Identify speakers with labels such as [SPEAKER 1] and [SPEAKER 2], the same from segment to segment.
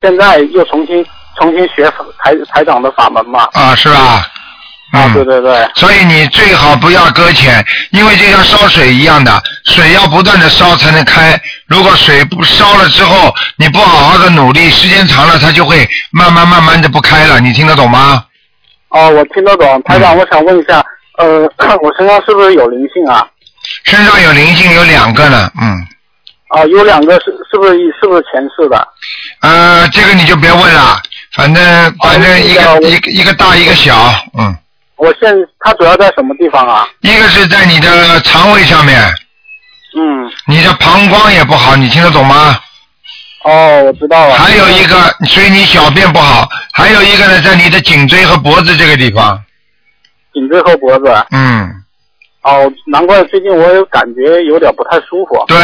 [SPEAKER 1] 现在又重新重新学台台长的法门嘛。
[SPEAKER 2] 啊，是吧？
[SPEAKER 1] 啊，对
[SPEAKER 2] 嗯，
[SPEAKER 1] 对对，
[SPEAKER 2] 所以你最好不要搁浅，因为就像烧水一样的，水要不断的烧才能开。如果水不烧了之后，你不好好的努力，时间长了它就会慢慢慢慢的不开了。你听得懂吗？
[SPEAKER 1] 哦，我听得懂。台
[SPEAKER 2] 嗯
[SPEAKER 1] 长，我想问一下，呃， 我身上是不是有灵性啊？
[SPEAKER 2] 身上有灵性有两个呢，嗯，
[SPEAKER 1] 啊，有两个是是不是是不是前世的？
[SPEAKER 2] 呃，这个你就别问了，反正反正一个
[SPEAKER 1] 哦
[SPEAKER 2] 一个一个大一个小，嗯，
[SPEAKER 1] 我现它主要在什么地方啊？
[SPEAKER 2] 一个是在你的肠胃上面，
[SPEAKER 1] 嗯，
[SPEAKER 2] 你的膀胱也不好，你听得懂吗？
[SPEAKER 1] 哦，我知道了。
[SPEAKER 2] 还有一个，所以你小便不好，还有一个呢，在你的颈椎和脖子这个地方，
[SPEAKER 1] 颈椎和脖子，
[SPEAKER 2] 嗯，
[SPEAKER 1] 哦，难怪最近我有感觉有点不太舒服。
[SPEAKER 2] 对，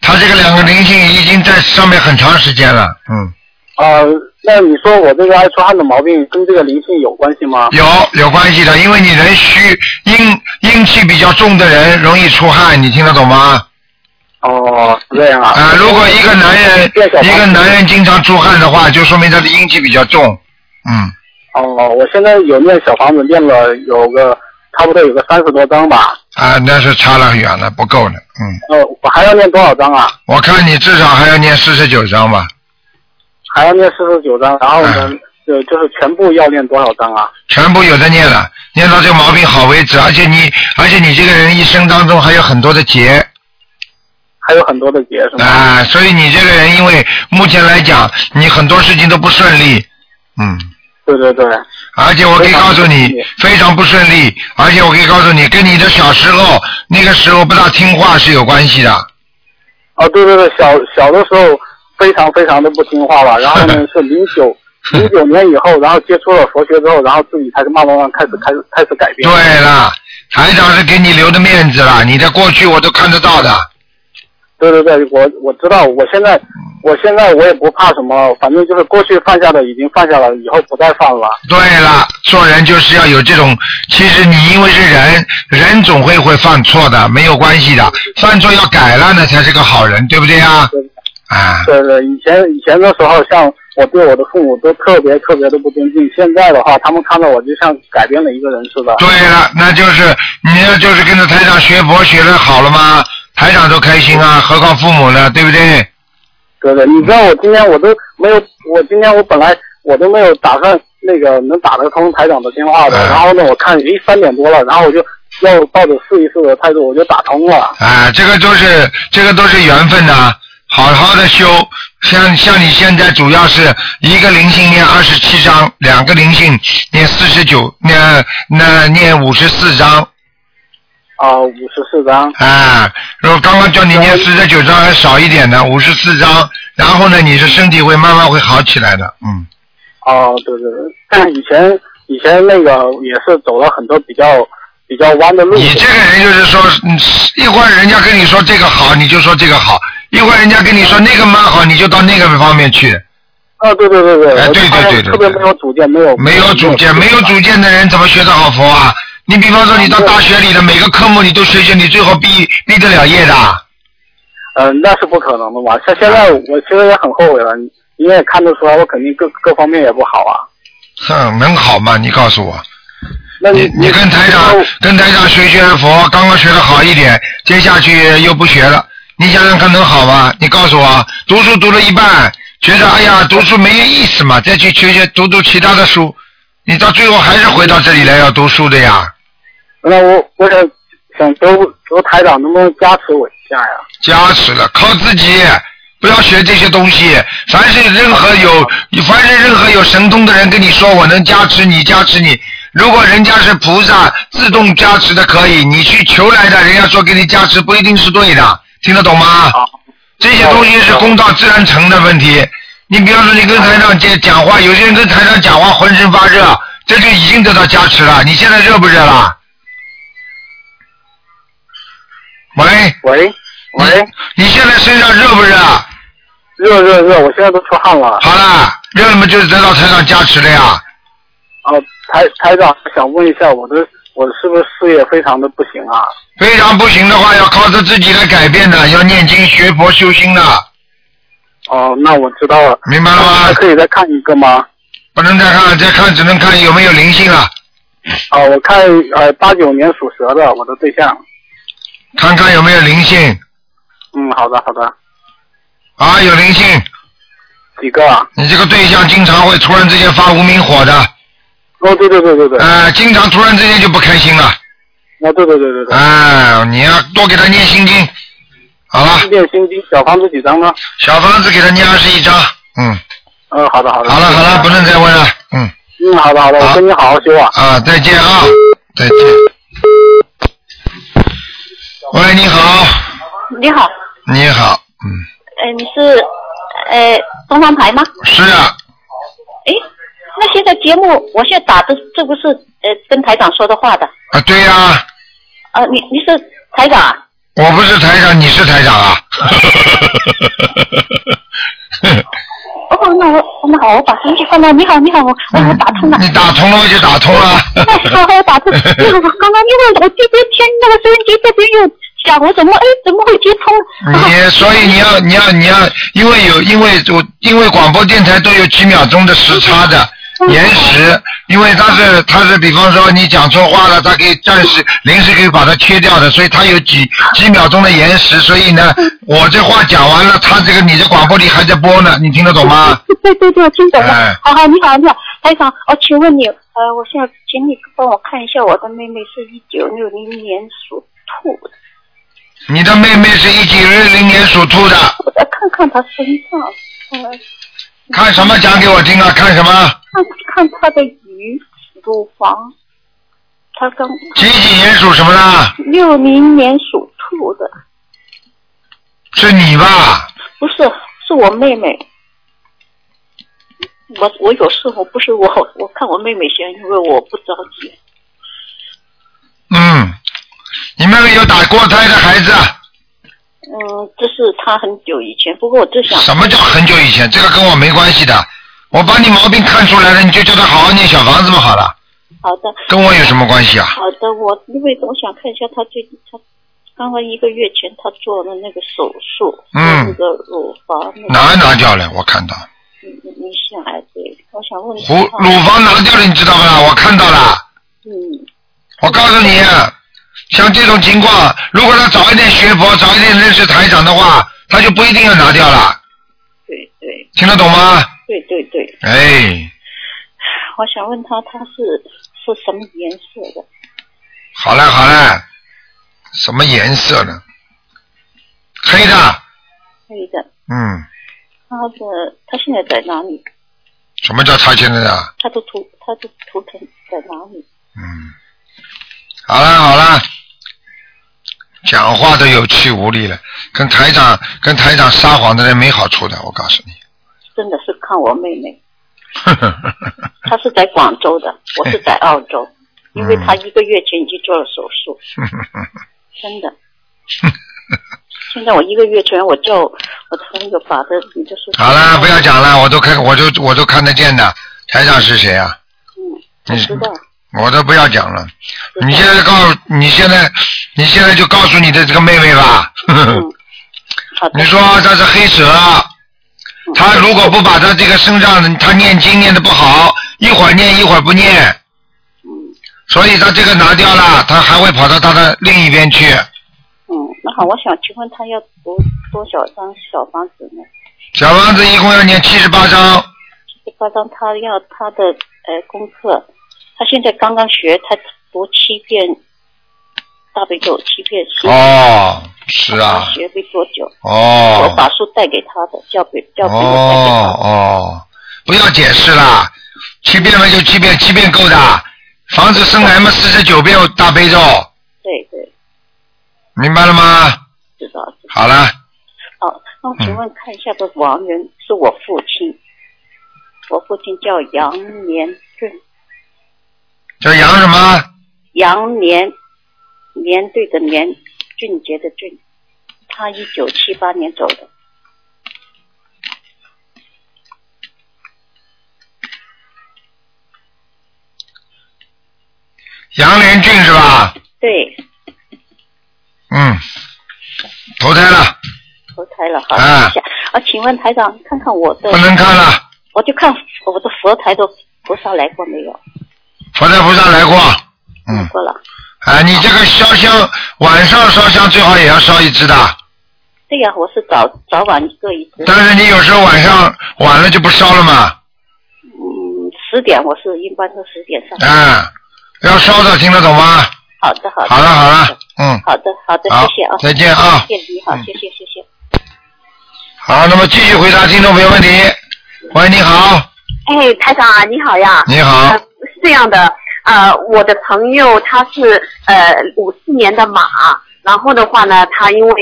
[SPEAKER 2] 他这个两个灵性已经在上面很长时间了，嗯，
[SPEAKER 1] 呃，那你说我这个爱出汗的毛病跟这个灵性有关系吗？
[SPEAKER 2] 有有关系的，因为你人虚阴阴气比较重的人容易出汗，你听得懂吗？
[SPEAKER 1] 哦，是这样啊。
[SPEAKER 2] 啊、如果一个男人
[SPEAKER 1] 变小
[SPEAKER 2] 一个男人经常出汗的话，就说明他的阴气比较重，嗯，
[SPEAKER 1] 哦，我现在有念小房子，念了有个差不多有个三十多张吧。
[SPEAKER 2] 啊、那是差了远了，不够的，嗯，
[SPEAKER 1] 呃，我还要念多少张啊？
[SPEAKER 2] 我看你至少还要念四十九章吧，
[SPEAKER 1] 还要念四十九张，然后呢
[SPEAKER 2] 嗯，
[SPEAKER 1] 呃，就是全部要念多少张啊？
[SPEAKER 2] 全部有的念了，念到这个毛病好为止。而且你，而且你这个人一生当中还有很多的劫
[SPEAKER 1] 还有很多的节是吗？
[SPEAKER 2] 啊、所以你这个人因为目前来讲，你很多事情都不顺利，嗯，
[SPEAKER 1] 对对对，
[SPEAKER 2] 而且我可以
[SPEAKER 1] 非常
[SPEAKER 2] 告诉你
[SPEAKER 1] 不顺利，
[SPEAKER 2] 非常不顺利。而且我可以告诉你，跟你的小时候那个时候不大听话是有关系的。
[SPEAKER 1] 哦，对对对，小小的时候非常非常的不听话吧，然后呢是零九零九年以后，然后接触了佛学之后，然后自己才是慢慢慢慢开始开始开始改变。
[SPEAKER 2] 对了，台长是给你留的面子了，你的过去我都看得到的。
[SPEAKER 1] 对对对，我我知道，我现在我现在我也不怕什么，反正就是过去犯下的已经犯下了，以后不再犯了。
[SPEAKER 2] 对了，做人就是要有这种。其实你因为是人，人总会会犯错的，没有关系的。犯错要改了，那才是个好人，对不对啊？啊，
[SPEAKER 1] 对对，以前以前的时候，像我对我的父母都特别特别的不尊敬，现在的话，他们看到我就像改变了一个人似的。
[SPEAKER 2] 对了，那就是你要就是跟着台长学佛学了好了吗？台长都开心啊，何况父母呢，对不对？
[SPEAKER 1] 对对，你知道我今天我都没有，我今天我本来我都没有打算那个能打得通台长的电话的，
[SPEAKER 2] 嗯
[SPEAKER 1] 然后呢，我看诶三点多了，然后我就要抱着试一试的态度，我就打通了。
[SPEAKER 2] 啊，这个都是这个都是缘分呐、好好的修。像像你现在主要是一个灵性念二十七章，两个灵性念四十九，那那念五十四章
[SPEAKER 1] 啊，五十四张，
[SPEAKER 2] 啊。如果刚刚叫你念四十九章还少一点呢，五十四章。然后呢，你的身体会慢慢会好起来的，嗯。
[SPEAKER 1] 哦，对对对，但以前以前那个也是走了很多比较比较弯的路。
[SPEAKER 2] 你这个人就是说，嗯一会儿人家跟你说这个好，你就说这个好；一会儿人家跟你说那个蛮好，你就到那个方面去。
[SPEAKER 1] 啊，对对对对，
[SPEAKER 2] 哎
[SPEAKER 1] 我
[SPEAKER 2] 对对
[SPEAKER 1] 发现
[SPEAKER 2] 对对
[SPEAKER 1] 特别没有主见，没有
[SPEAKER 2] 没有主见，没有主见的人怎么学得好佛啊？你比方说，你到大学里的每个科目你都学学，你最后毕毕得了业的啊。
[SPEAKER 1] 嗯、那是不可能的嘛。像现在我其实也很后悔了，你你也看得出来，我肯定各各方面也不好啊。
[SPEAKER 2] 哼，能好吗？你告诉我，
[SPEAKER 1] 那
[SPEAKER 2] 你你跟台长跟台长学学佛，刚刚学的好一点，接下去又不学了，你想想看能好吗？你告诉我，读书读了一半，觉得哎呀读书没意思嘛，再去学学读读其他的书，你到最后还是回到这里来要读书的呀。
[SPEAKER 1] 那我我想想求求台长能不能加持我一下呀？
[SPEAKER 2] 加持了，靠自己，不要学这些东西。凡是任何有，凡是任何有神通的人跟你说我能加持你，加持你。如果人家是菩萨自动加持的可以，你去求来的，人家说给你加持不一定是对的，听得懂吗？
[SPEAKER 1] 好
[SPEAKER 2] 这些东西是公道自然成的问题。你比方说，你跟台长讲讲话，有些人跟台长讲话浑身发热，这就已经得到加持了。你现在热不热了？喂，
[SPEAKER 1] 喂喂，
[SPEAKER 2] 你现在身上热不啊热？
[SPEAKER 1] 热热热，我现在都出汗了。
[SPEAKER 2] 好啦，热了嘛就是得到台上加持的呀。
[SPEAKER 1] 啊，台台长想问一下，我的我是不是事业非常的不行啊？
[SPEAKER 2] 非常不行的话，要靠着自己来改变的，要念经学佛修心的。
[SPEAKER 1] 哦，那我知道了。
[SPEAKER 2] 明白了吗
[SPEAKER 1] 还？可以再看一个吗？
[SPEAKER 2] 不能再看了，再看只能看有没有灵性了，
[SPEAKER 1] 啊，我看呃八九年属蛇的我的对象。
[SPEAKER 2] 看看有没有灵性
[SPEAKER 1] 嗯，好的好的，
[SPEAKER 2] 啊，有灵性。
[SPEAKER 1] 几个啊？
[SPEAKER 2] 你这个对象经常会突然之间发无名火的，
[SPEAKER 1] 哦，对对对对对，
[SPEAKER 2] 呃，经常突然之间就不开心了，
[SPEAKER 1] 啊对对对对对。
[SPEAKER 2] 啊，你要多给他念心经，好吧？
[SPEAKER 1] 念心经小房子几张呢？
[SPEAKER 2] 小房子给他念二十一张，嗯，
[SPEAKER 1] 嗯，好的好的。
[SPEAKER 2] 好了好了，不能再问了，嗯，
[SPEAKER 1] 嗯，好的好的，
[SPEAKER 2] 好
[SPEAKER 1] 我跟你好好修啊。
[SPEAKER 2] 啊，再见啊，再见。喂，你好，
[SPEAKER 3] 你好，
[SPEAKER 2] 你好，嗯，
[SPEAKER 3] 呃，你是呃东方台吗？
[SPEAKER 2] 是啊，
[SPEAKER 3] 诶，那现在节目我现在打的这不是呃跟台长说的话的，
[SPEAKER 2] 啊对呀、
[SPEAKER 3] 呃，你你是台长 啊？
[SPEAKER 2] 我不是台长，你是台长啊。
[SPEAKER 3] 哦，那我那好，我把手机放到你好你好，我我我打通了。
[SPEAKER 2] 哎你打通了我就打通了。
[SPEAKER 3] 那好好打 通，因为我刚刚因为我这边听那个收音机这边又响，我怎么哎怎么会接通？
[SPEAKER 2] 你所以你要你要你要，因为有因为我因为广播电台都有几秒钟的时差的延时，因为它是它是比方说你讲错话了，它可以暂时临时可以把它切掉的，所以它有几几秒钟的延时，所以呢，我这话讲完了，它这个你的广播里还在播呢，你听得懂 吗？
[SPEAKER 3] 对对对，我听懂了。
[SPEAKER 2] 哎
[SPEAKER 3] 好好，你好，你好，台长，我、请问你，呃，我现在请你帮我看一下，我的妹妹是一九六零年属兔的，
[SPEAKER 2] 你的妹妹是一九六零年属兔的，
[SPEAKER 3] 我再看看她身上，呃，
[SPEAKER 2] 看什么讲给我听啊？看什么？
[SPEAKER 3] 看看她的鱼乳房，她刚
[SPEAKER 2] 几几年属什么的？
[SPEAKER 3] 六零年属兔的，
[SPEAKER 2] 是你吧？
[SPEAKER 3] 不是，是我妹妹。我我有事，我不是我，我看我妹妹先，因为我不着急。
[SPEAKER 2] 嗯，你妹妹有打过胎的孩子啊？
[SPEAKER 3] 嗯，这是她很久以前，不过我就想
[SPEAKER 2] 什么叫很久以前？这个跟我没关系的。我把你毛病看出来了，你就叫他好好念小房子嘛，好了，
[SPEAKER 3] 好的，
[SPEAKER 2] 跟我有什么关系啊？
[SPEAKER 3] 好的，我因为我想看一下他最近他刚刚一个月前他做了那个手术，
[SPEAKER 2] 嗯
[SPEAKER 3] 做那个乳房那个
[SPEAKER 2] 哪拿掉了？我看到
[SPEAKER 3] 影响癌对，我想问一下
[SPEAKER 2] 乳，乳房拿掉了，你知道吧？我看到了。
[SPEAKER 3] 嗯，
[SPEAKER 2] 我告诉你，像这种情况，如果他早一点学佛，早一点认识台长的话，他就不一定要拿掉了。
[SPEAKER 3] 对对
[SPEAKER 2] 听得懂吗？
[SPEAKER 3] 对对对，
[SPEAKER 2] 哎，
[SPEAKER 3] 我想问他他是是什么颜色的？
[SPEAKER 2] 好了好了，什么颜色呢？黑的，
[SPEAKER 3] 对的，
[SPEAKER 2] 嗯，
[SPEAKER 3] 他的他现在在哪里？
[SPEAKER 2] 什么叫他现在的？
[SPEAKER 3] 他的图他的图腾在哪里？
[SPEAKER 2] 嗯，好了好了，讲话都有气无力了，跟台长跟台长撒谎的人没好处的，我告诉你。
[SPEAKER 3] 真的是看我妹妹，她是在广州的，我是在澳洲，因为
[SPEAKER 2] 嗯
[SPEAKER 3] 她一个月前已经做了手术。 真的。现在我一个月前我就我从有把的，你就是
[SPEAKER 2] 好了，不要讲了，我都看我都我都看得见的，台长是谁啊？
[SPEAKER 3] 我知道，
[SPEAKER 2] 我都不要讲了，
[SPEAKER 3] 知道
[SPEAKER 2] 你现在告你现在你现在就告诉你的这个妹妹吧，
[SPEAKER 3] 嗯，好的，嗯
[SPEAKER 2] 你说她是黑蛇，啊她如果不把她这个身上她念经念的不好，一会儿念一会儿不念，
[SPEAKER 3] 嗯
[SPEAKER 2] 所以他这个拿掉了，他还会跑到他的另一边去。
[SPEAKER 3] 嗯，那好，我想请问他要读多少张小房子呢？
[SPEAKER 2] 小房子一共要念七十八章，
[SPEAKER 3] 这八张他要他的呃功课，他现在刚刚学，他读七遍大悲咒，七遍心
[SPEAKER 2] 哦，是啊，
[SPEAKER 3] 学没多久，我把
[SPEAKER 2] 哦，
[SPEAKER 3] 书带给他的，教给教给我带给他
[SPEAKER 2] 哦
[SPEAKER 3] 的。
[SPEAKER 2] 哦，不要解释啦，七遍嘛就七遍，七遍够的。防止生癌嘛，四十九遍大悲咒，
[SPEAKER 3] 对对，
[SPEAKER 2] 明白了吗？
[SPEAKER 3] 知道知道。
[SPEAKER 2] 好了，
[SPEAKER 3] 哦，那我请问看一下的亡人是我父亲，我父亲叫杨年正，
[SPEAKER 2] 叫杨什么？
[SPEAKER 3] 杨年，年对的年，俊杰的俊，他一九七八年走的，
[SPEAKER 2] 杨连俊是吧？
[SPEAKER 3] 对，
[SPEAKER 2] 嗯，投胎了。
[SPEAKER 3] 投胎了，好，
[SPEAKER 2] 啊
[SPEAKER 3] 谢谢。啊，请问台长，看看我的
[SPEAKER 2] 不能看了，
[SPEAKER 3] 我就看我的佛台的菩萨来过没有？
[SPEAKER 2] 佛台菩萨来过，
[SPEAKER 3] 来
[SPEAKER 2] 嗯，
[SPEAKER 3] 过了。
[SPEAKER 2] 啊，你这个烧香晚上烧香最好也要烧一支的，
[SPEAKER 3] 对呀、我是早早晚各一次，
[SPEAKER 2] 但是你有时候晚上晚了就不烧了嘛，
[SPEAKER 3] 嗯，十点我是一般是十点上。
[SPEAKER 2] 啊，要烧的听得懂吗？
[SPEAKER 3] 好的，好的，
[SPEAKER 2] 好了好了，嗯，
[SPEAKER 3] 好的，好的，
[SPEAKER 2] 好
[SPEAKER 3] 谢谢啊，
[SPEAKER 2] 再见啊
[SPEAKER 3] 谢谢你好
[SPEAKER 2] 嗯，
[SPEAKER 3] 谢谢，谢谢。
[SPEAKER 2] 好，那么继续回答听众朋友问题。喂，你好，
[SPEAKER 4] 哎，台长啊，你好呀。
[SPEAKER 2] 你好
[SPEAKER 4] 呃，是这样的，呃，我的朋友他是呃五四年的马，然后的话呢，他因为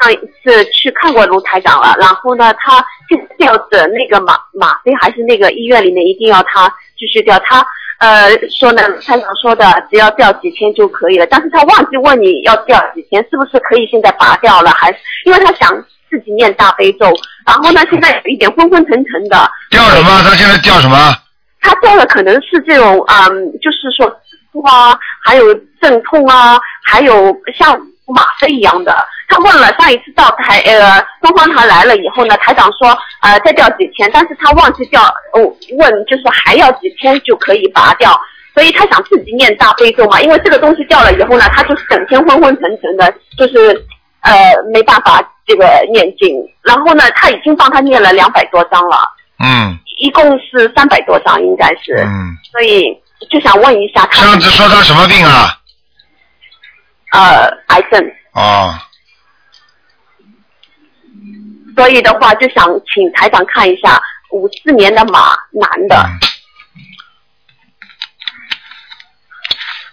[SPEAKER 4] 上一次去看过卢台长了，然后呢，他就吊着那个吗吗啡还是那个医院里面一定要他继续吊他。呃，说呢，卢台长说的，只要吊几天就可以了，但是他忘记问你要吊几天，是不是可以现在拔掉了？还是因为他想自己念大悲咒，然后呢，现在有一点昏昏沉沉的，
[SPEAKER 2] 掉什么？他现在掉什么？
[SPEAKER 4] 他掉的可能是这种，嗯，就是说痛啊，还有阵痛啊，还有像吗啡一样的。他问了上一次到台呃东方台来了以后呢，台长说呃再掉几天，但是他忘记掉，哦、问就是还要几天就可以拔掉，所以他想自己念大悲咒嘛，因为这个东西掉了以后呢，他就是整天昏昏沉沉的，就是呃没办法这个念经。然后呢，他已经帮他念了两百多章了。
[SPEAKER 2] 嗯
[SPEAKER 4] 一共是三百多张，应该是，
[SPEAKER 2] 嗯，
[SPEAKER 4] 所以就想问一下他
[SPEAKER 2] 上次说他什么病啊？
[SPEAKER 4] 呃癌症，
[SPEAKER 2] 哦，
[SPEAKER 4] 所以的话就想请台长看一下五四年的马男的，
[SPEAKER 2] 嗯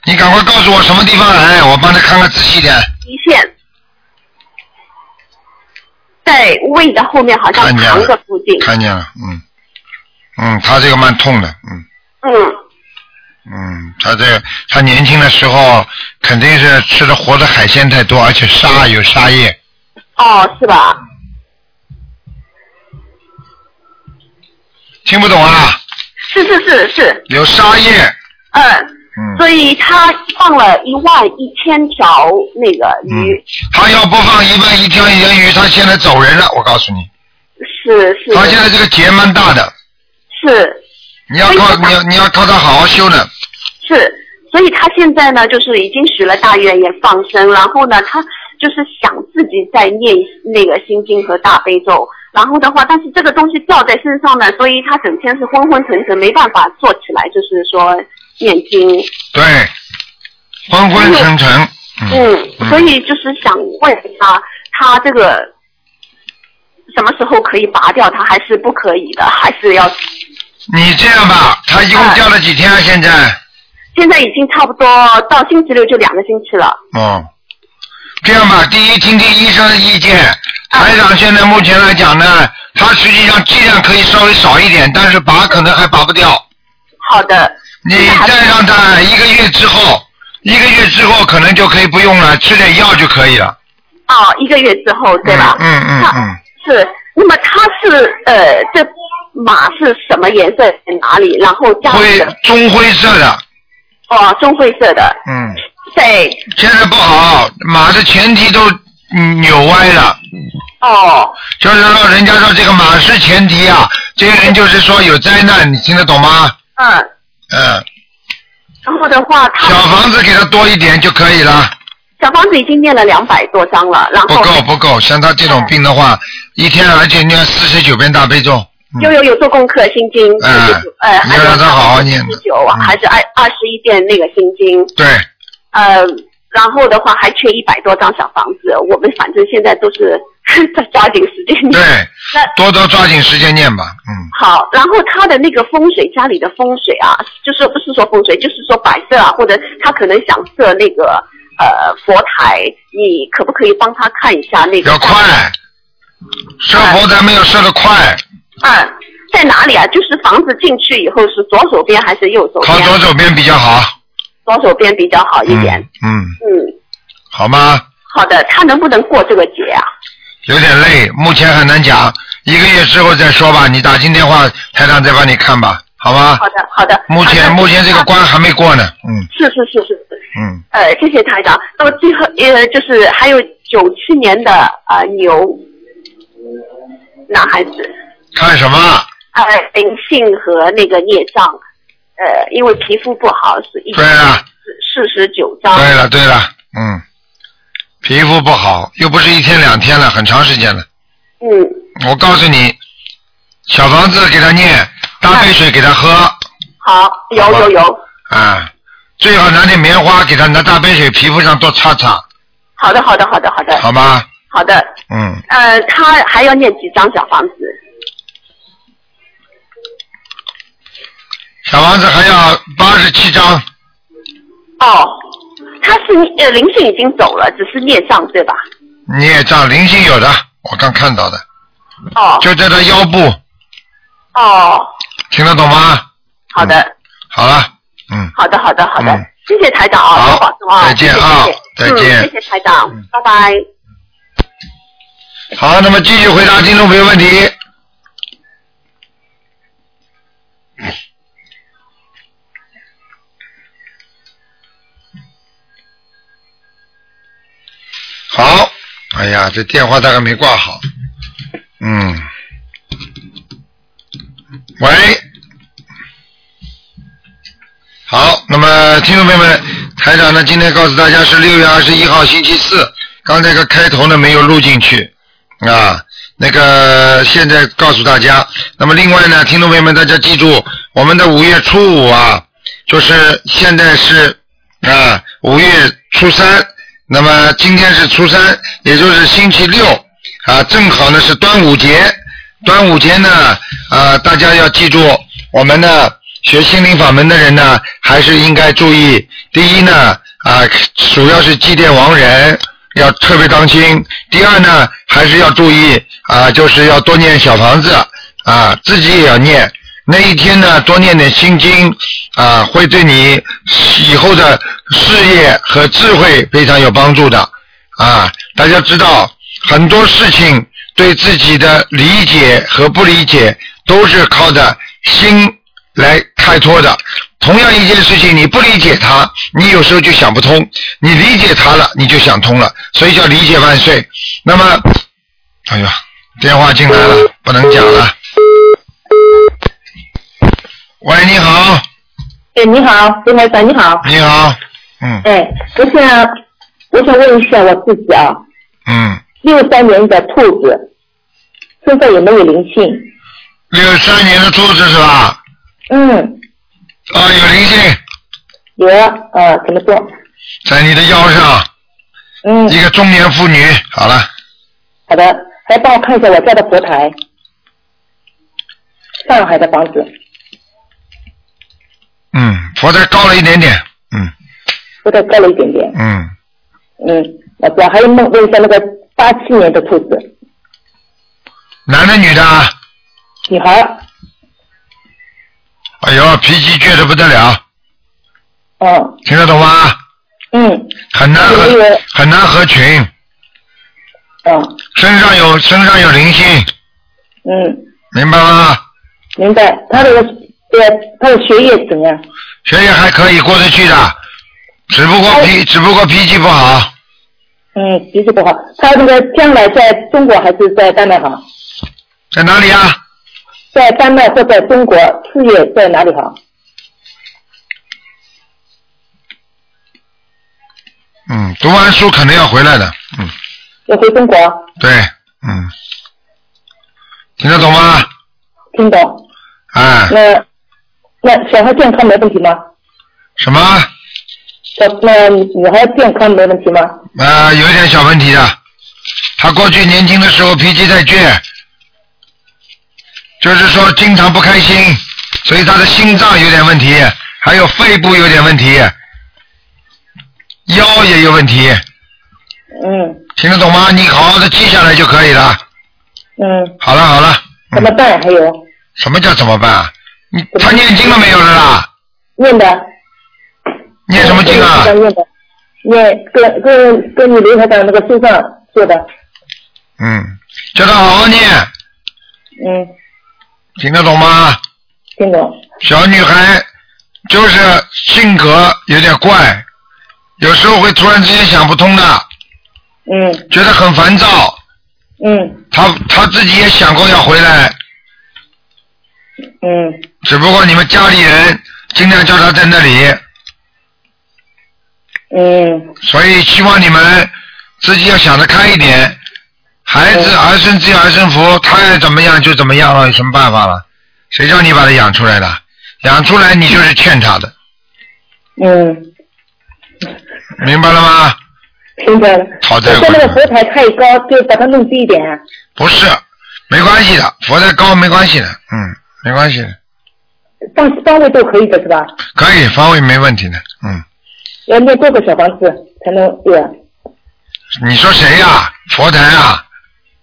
[SPEAKER 2] 你赶快告诉我什么地方癌，我帮他看看仔细点。
[SPEAKER 4] 胰腺在胃的后面好像
[SPEAKER 2] 看见
[SPEAKER 4] 肠
[SPEAKER 2] 了
[SPEAKER 4] 的附近，
[SPEAKER 2] 看见了，嗯，嗯，他这个蛮痛的，嗯
[SPEAKER 4] 嗯，
[SPEAKER 2] 嗯，他这个他年轻的时候肯定是吃的活的海鲜太多，而且沙有沙叶，
[SPEAKER 4] 哦是吧？
[SPEAKER 2] 听不懂啊？
[SPEAKER 4] 是是是是，
[SPEAKER 2] 有沙叶，
[SPEAKER 4] 嗯、
[SPEAKER 2] 嗯。
[SPEAKER 4] 所以他放了一万一千条那个鱼，
[SPEAKER 2] 嗯，他要不放一万一条人鱼，他现在走人了。我告诉你，
[SPEAKER 4] 是是
[SPEAKER 2] 他现在这个劫蛮大的，
[SPEAKER 4] 是。
[SPEAKER 2] 你要
[SPEAKER 4] 哎
[SPEAKER 2] 靠你要你要靠他好好修的。
[SPEAKER 4] 是，所以他现在呢，就是已经许了大愿，也放生，然后呢，他就是想自己再念那个心经和大悲咒。然后的话，但是这个东西掉在身上呢，所以他整天是昏昏沉沉，没办法做起来，就是说念经。
[SPEAKER 2] 对，昏昏沉沉。嗯
[SPEAKER 4] 嗯，所以就是想问一下，他这个什么时候可以拔掉它，还是不可以的，还是要
[SPEAKER 2] 你这样吧，他一共掉了几天啊？
[SPEAKER 4] 哎
[SPEAKER 2] 现在？
[SPEAKER 4] 现在已经差不多到星期六就两个星期了。
[SPEAKER 2] 哦，这样吧，第一听听医生的意
[SPEAKER 4] 啊
[SPEAKER 2] 见。台长现在目前来讲呢，他实际上剂量可以稍微少一点，但是拔可能还拔不掉。
[SPEAKER 4] 好的，
[SPEAKER 2] 你再让他一个月之后，一个月之后可能就可以不用了，吃点药就可以了。
[SPEAKER 4] 哦，一个月之后对吧？
[SPEAKER 2] 嗯嗯嗯
[SPEAKER 4] 他
[SPEAKER 2] 嗯，
[SPEAKER 4] 是，那么它是呃，这马是什么颜色？在哪里？然后家里
[SPEAKER 2] 灰
[SPEAKER 4] 的
[SPEAKER 2] 棕灰色的，
[SPEAKER 4] 哦，棕灰色的，
[SPEAKER 2] 嗯，
[SPEAKER 4] 在
[SPEAKER 2] 现在不好，马的前蹄都嗯扭歪了，
[SPEAKER 4] 哦
[SPEAKER 2] 就是说人家说这个马是前蹄啊，这个人就是说有灾难，你听得懂吗？
[SPEAKER 4] 嗯，
[SPEAKER 2] 嗯，
[SPEAKER 4] 然后的话，它
[SPEAKER 2] 小房子给他多一点就可以了，
[SPEAKER 4] 小房子已经念了两百多张了，然
[SPEAKER 2] 不
[SPEAKER 4] 后
[SPEAKER 2] 够不够，像他这种病的话，一天而且你要四十九遍大悲咒，
[SPEAKER 4] 又
[SPEAKER 2] 嗯，
[SPEAKER 4] 有有做功课，心经
[SPEAKER 2] 哎
[SPEAKER 4] 49呃，
[SPEAKER 2] 你要让他好好念嗯
[SPEAKER 4] 十九还是二二十一遍那个心经，
[SPEAKER 2] 对，
[SPEAKER 4] 呃，然后的话还缺一百多张小房子，我们反正现在都是 在抓紧时间念。
[SPEAKER 2] 对，
[SPEAKER 4] 那
[SPEAKER 2] 多多抓紧时间念吧，嗯，
[SPEAKER 4] 好，然后他的那个风水，家里的风水啊，就是不是说风水，就是说摆设啊，或者他可能想设那个呃佛台，你可不可以帮他看一下那个？
[SPEAKER 2] 要快，射佛咱们要射得快，
[SPEAKER 4] 嗯，在哪里啊？就是房子进去以后是左手边还是右手
[SPEAKER 2] 靠
[SPEAKER 4] 边？
[SPEAKER 2] 左手边比较好，
[SPEAKER 4] 左手边比较好一
[SPEAKER 2] 嗯
[SPEAKER 4] 点。
[SPEAKER 2] 嗯，
[SPEAKER 4] 嗯
[SPEAKER 2] 好吗？
[SPEAKER 4] 好的，他能不能过这个节啊？
[SPEAKER 2] 有点累，目前很难讲，一个月之后再说吧。你打进电话，台长再帮你看吧，好吧？
[SPEAKER 4] 好的，好的。
[SPEAKER 2] 目前目前这个关还没过呢，嗯
[SPEAKER 4] 是是是是是，
[SPEAKER 2] 嗯，
[SPEAKER 4] 呃，谢谢台长。那么最后呃，就是还有九七年的呃牛，男孩子，
[SPEAKER 2] 看什么？
[SPEAKER 4] 呃，灵性和那个业障，呃，因为皮肤不好是一
[SPEAKER 2] 对了，
[SPEAKER 4] 四十九张，
[SPEAKER 2] 对了，对了，嗯，皮肤不好，又不是一天两天了，很长时间了。
[SPEAKER 4] 嗯，
[SPEAKER 2] 我告诉你，小房子给他念，大杯水给他喝，
[SPEAKER 4] 好，有有有，
[SPEAKER 2] 啊，最好拿点棉花给他，拿大杯水皮肤上多擦擦，
[SPEAKER 4] 好的好的好的好的
[SPEAKER 2] 好吧？
[SPEAKER 4] 好的，
[SPEAKER 2] 嗯，
[SPEAKER 4] 呃，他还要念几张小房子？
[SPEAKER 2] 小房子还要八十七张，
[SPEAKER 4] 哦，他是呃灵性已经走了，只是孽障对吧？
[SPEAKER 2] 孽障灵性有的，我刚看到的，
[SPEAKER 4] 哦
[SPEAKER 2] 就在他腰部，
[SPEAKER 4] 哦，
[SPEAKER 2] 听得懂吗？
[SPEAKER 4] 好的、
[SPEAKER 2] 好了，嗯，
[SPEAKER 4] 好的好的好的、
[SPEAKER 2] 嗯
[SPEAKER 4] 谢谢台长啊，
[SPEAKER 2] 好
[SPEAKER 4] 多保重啊，
[SPEAKER 2] 再见啊
[SPEAKER 4] 谢谢
[SPEAKER 2] 再见
[SPEAKER 4] 嗯，谢谢台长，拜拜。
[SPEAKER 2] 好，那么继续回答听众朋友问题。好，哎呀，这电话大概没挂好。嗯，喂，好，那么听众朋友们，台长呢今天告诉大家是六月二十一号星期四，刚才个开头呢没有录进去啊。那个现在告诉大家，那么另外呢，听众朋友们大家记住，我们的五月初五啊，就是现在是啊五月初三，那么今天是初三，也就是星期六啊，正好呢是端午节。端午节呢，啊，大家要记住，我们呢学心灵法门的人呢，还是应该注意。第一呢，啊，主要是祭奠亡人，要特别当心。第二呢，还是要注意啊，就是要多念小房子啊，自己也要念。那一天呢，多念点心经啊，会对你以后的事业和智慧非常有帮助的啊。大家知道，很多事情对自己的理解和不理解，都是靠着心来开拓的。同样一件事情，你不理解它，你有时候就想不通；你理解它了，你就想通了，所以叫理解万岁。那么，哎呀，电话进来了，不能讲了。喂，你好，
[SPEAKER 5] 哎，你好，刘台长，你好。
[SPEAKER 2] 你好，嗯
[SPEAKER 5] 哎，我想，我想问一下我自己啊，
[SPEAKER 2] 嗯，
[SPEAKER 5] 六三年的兔子身上有没有灵性？
[SPEAKER 2] 六三年的兔子是吧？
[SPEAKER 5] 嗯，
[SPEAKER 2] 啊，有灵性
[SPEAKER 5] 有啊，呃，怎么做？
[SPEAKER 2] 在你的腰上，
[SPEAKER 5] 嗯，
[SPEAKER 2] 一个中年妇女。好了，
[SPEAKER 5] 好的，来帮我看一下我家的佛台，上海的房子，
[SPEAKER 2] 嗯，佛台高了一点点，嗯
[SPEAKER 5] 佛台高了一点点。
[SPEAKER 2] 嗯，
[SPEAKER 5] 嗯，我我还问问一下那个八七年的兔子，
[SPEAKER 2] 男的女的啊？
[SPEAKER 5] 女孩儿，
[SPEAKER 2] 哎呦，脾气倔得不得了，
[SPEAKER 5] 嗯
[SPEAKER 2] 听得懂吗？
[SPEAKER 5] 嗯
[SPEAKER 2] 很难
[SPEAKER 5] 有
[SPEAKER 2] 合
[SPEAKER 5] 有
[SPEAKER 2] 很难合群，
[SPEAKER 5] 嗯
[SPEAKER 2] 身上有身上有灵性，
[SPEAKER 5] 嗯，
[SPEAKER 2] 明白吗？
[SPEAKER 5] 明白。她的对她的学业怎样？
[SPEAKER 2] 学业还可以过得去的，只不
[SPEAKER 5] 哎
[SPEAKER 2] 过脾只不过脾气不好。
[SPEAKER 5] 嗯，脾气不好。他这个将来在中国还是在丹麦好？
[SPEAKER 2] 在哪里啊？
[SPEAKER 5] 在丹麦或在中国，事业在哪里好？
[SPEAKER 2] 嗯，读完书肯定要回来的。嗯，
[SPEAKER 5] 要回中国，
[SPEAKER 2] 对，嗯，听得懂吗？
[SPEAKER 5] 听懂？
[SPEAKER 2] 哎，
[SPEAKER 5] 那那小孩健康没问题吗？
[SPEAKER 2] 什么？啊、
[SPEAKER 5] 小那女孩健康没问题吗？
[SPEAKER 2] 呃有一点小问题的。他过去年轻的时候脾气太倔，就是说经常不开心，所以他的心脏有点问题，还有肺部有点问题，腰也有问题。
[SPEAKER 5] 嗯
[SPEAKER 2] 听得懂吗？你好好的记下来就可以了。
[SPEAKER 5] 嗯，
[SPEAKER 2] 好了好了，
[SPEAKER 5] 怎么办？还有
[SPEAKER 2] 什么叫怎么办啊？你他念经了没有了啦？
[SPEAKER 5] 念的
[SPEAKER 2] 念什么经啊？
[SPEAKER 5] 念的，念跟跟跟你刘台长那个书上说的，
[SPEAKER 2] 嗯，叫他好好念，
[SPEAKER 5] 嗯，
[SPEAKER 2] 听得懂吗？
[SPEAKER 5] 听懂？
[SPEAKER 2] 小女孩就是性格有点怪，有时候会突然之间想不通的，
[SPEAKER 5] 嗯
[SPEAKER 2] 觉得很烦躁，
[SPEAKER 6] 嗯
[SPEAKER 2] 他他自己也想过要回来，
[SPEAKER 6] 嗯，
[SPEAKER 2] 只不过你们家里人尽量叫他在那里，
[SPEAKER 6] 嗯，
[SPEAKER 2] 所以希望你们自己要想得开一点。孩
[SPEAKER 6] 嗯
[SPEAKER 2] 子儿孙自有儿孙福，他爱怎么样就怎么样了，有什么办法了？谁叫你把他养出来的？养出来你就是欠他的，
[SPEAKER 6] 嗯，
[SPEAKER 2] 明白了吗？
[SPEAKER 6] 听白了。
[SPEAKER 2] 讨债
[SPEAKER 6] 我说那个
[SPEAKER 2] 鬼
[SPEAKER 6] 佛台太高，就把它弄低一点啊。
[SPEAKER 2] 不是，没关系的，佛太高没关系的，嗯，没关系的，
[SPEAKER 6] 方方位都可以的是吧？
[SPEAKER 2] 可以方位没问题的，嗯。
[SPEAKER 6] 要念多个小房子才能对啊。
[SPEAKER 2] 你说谁呀、佛台啊？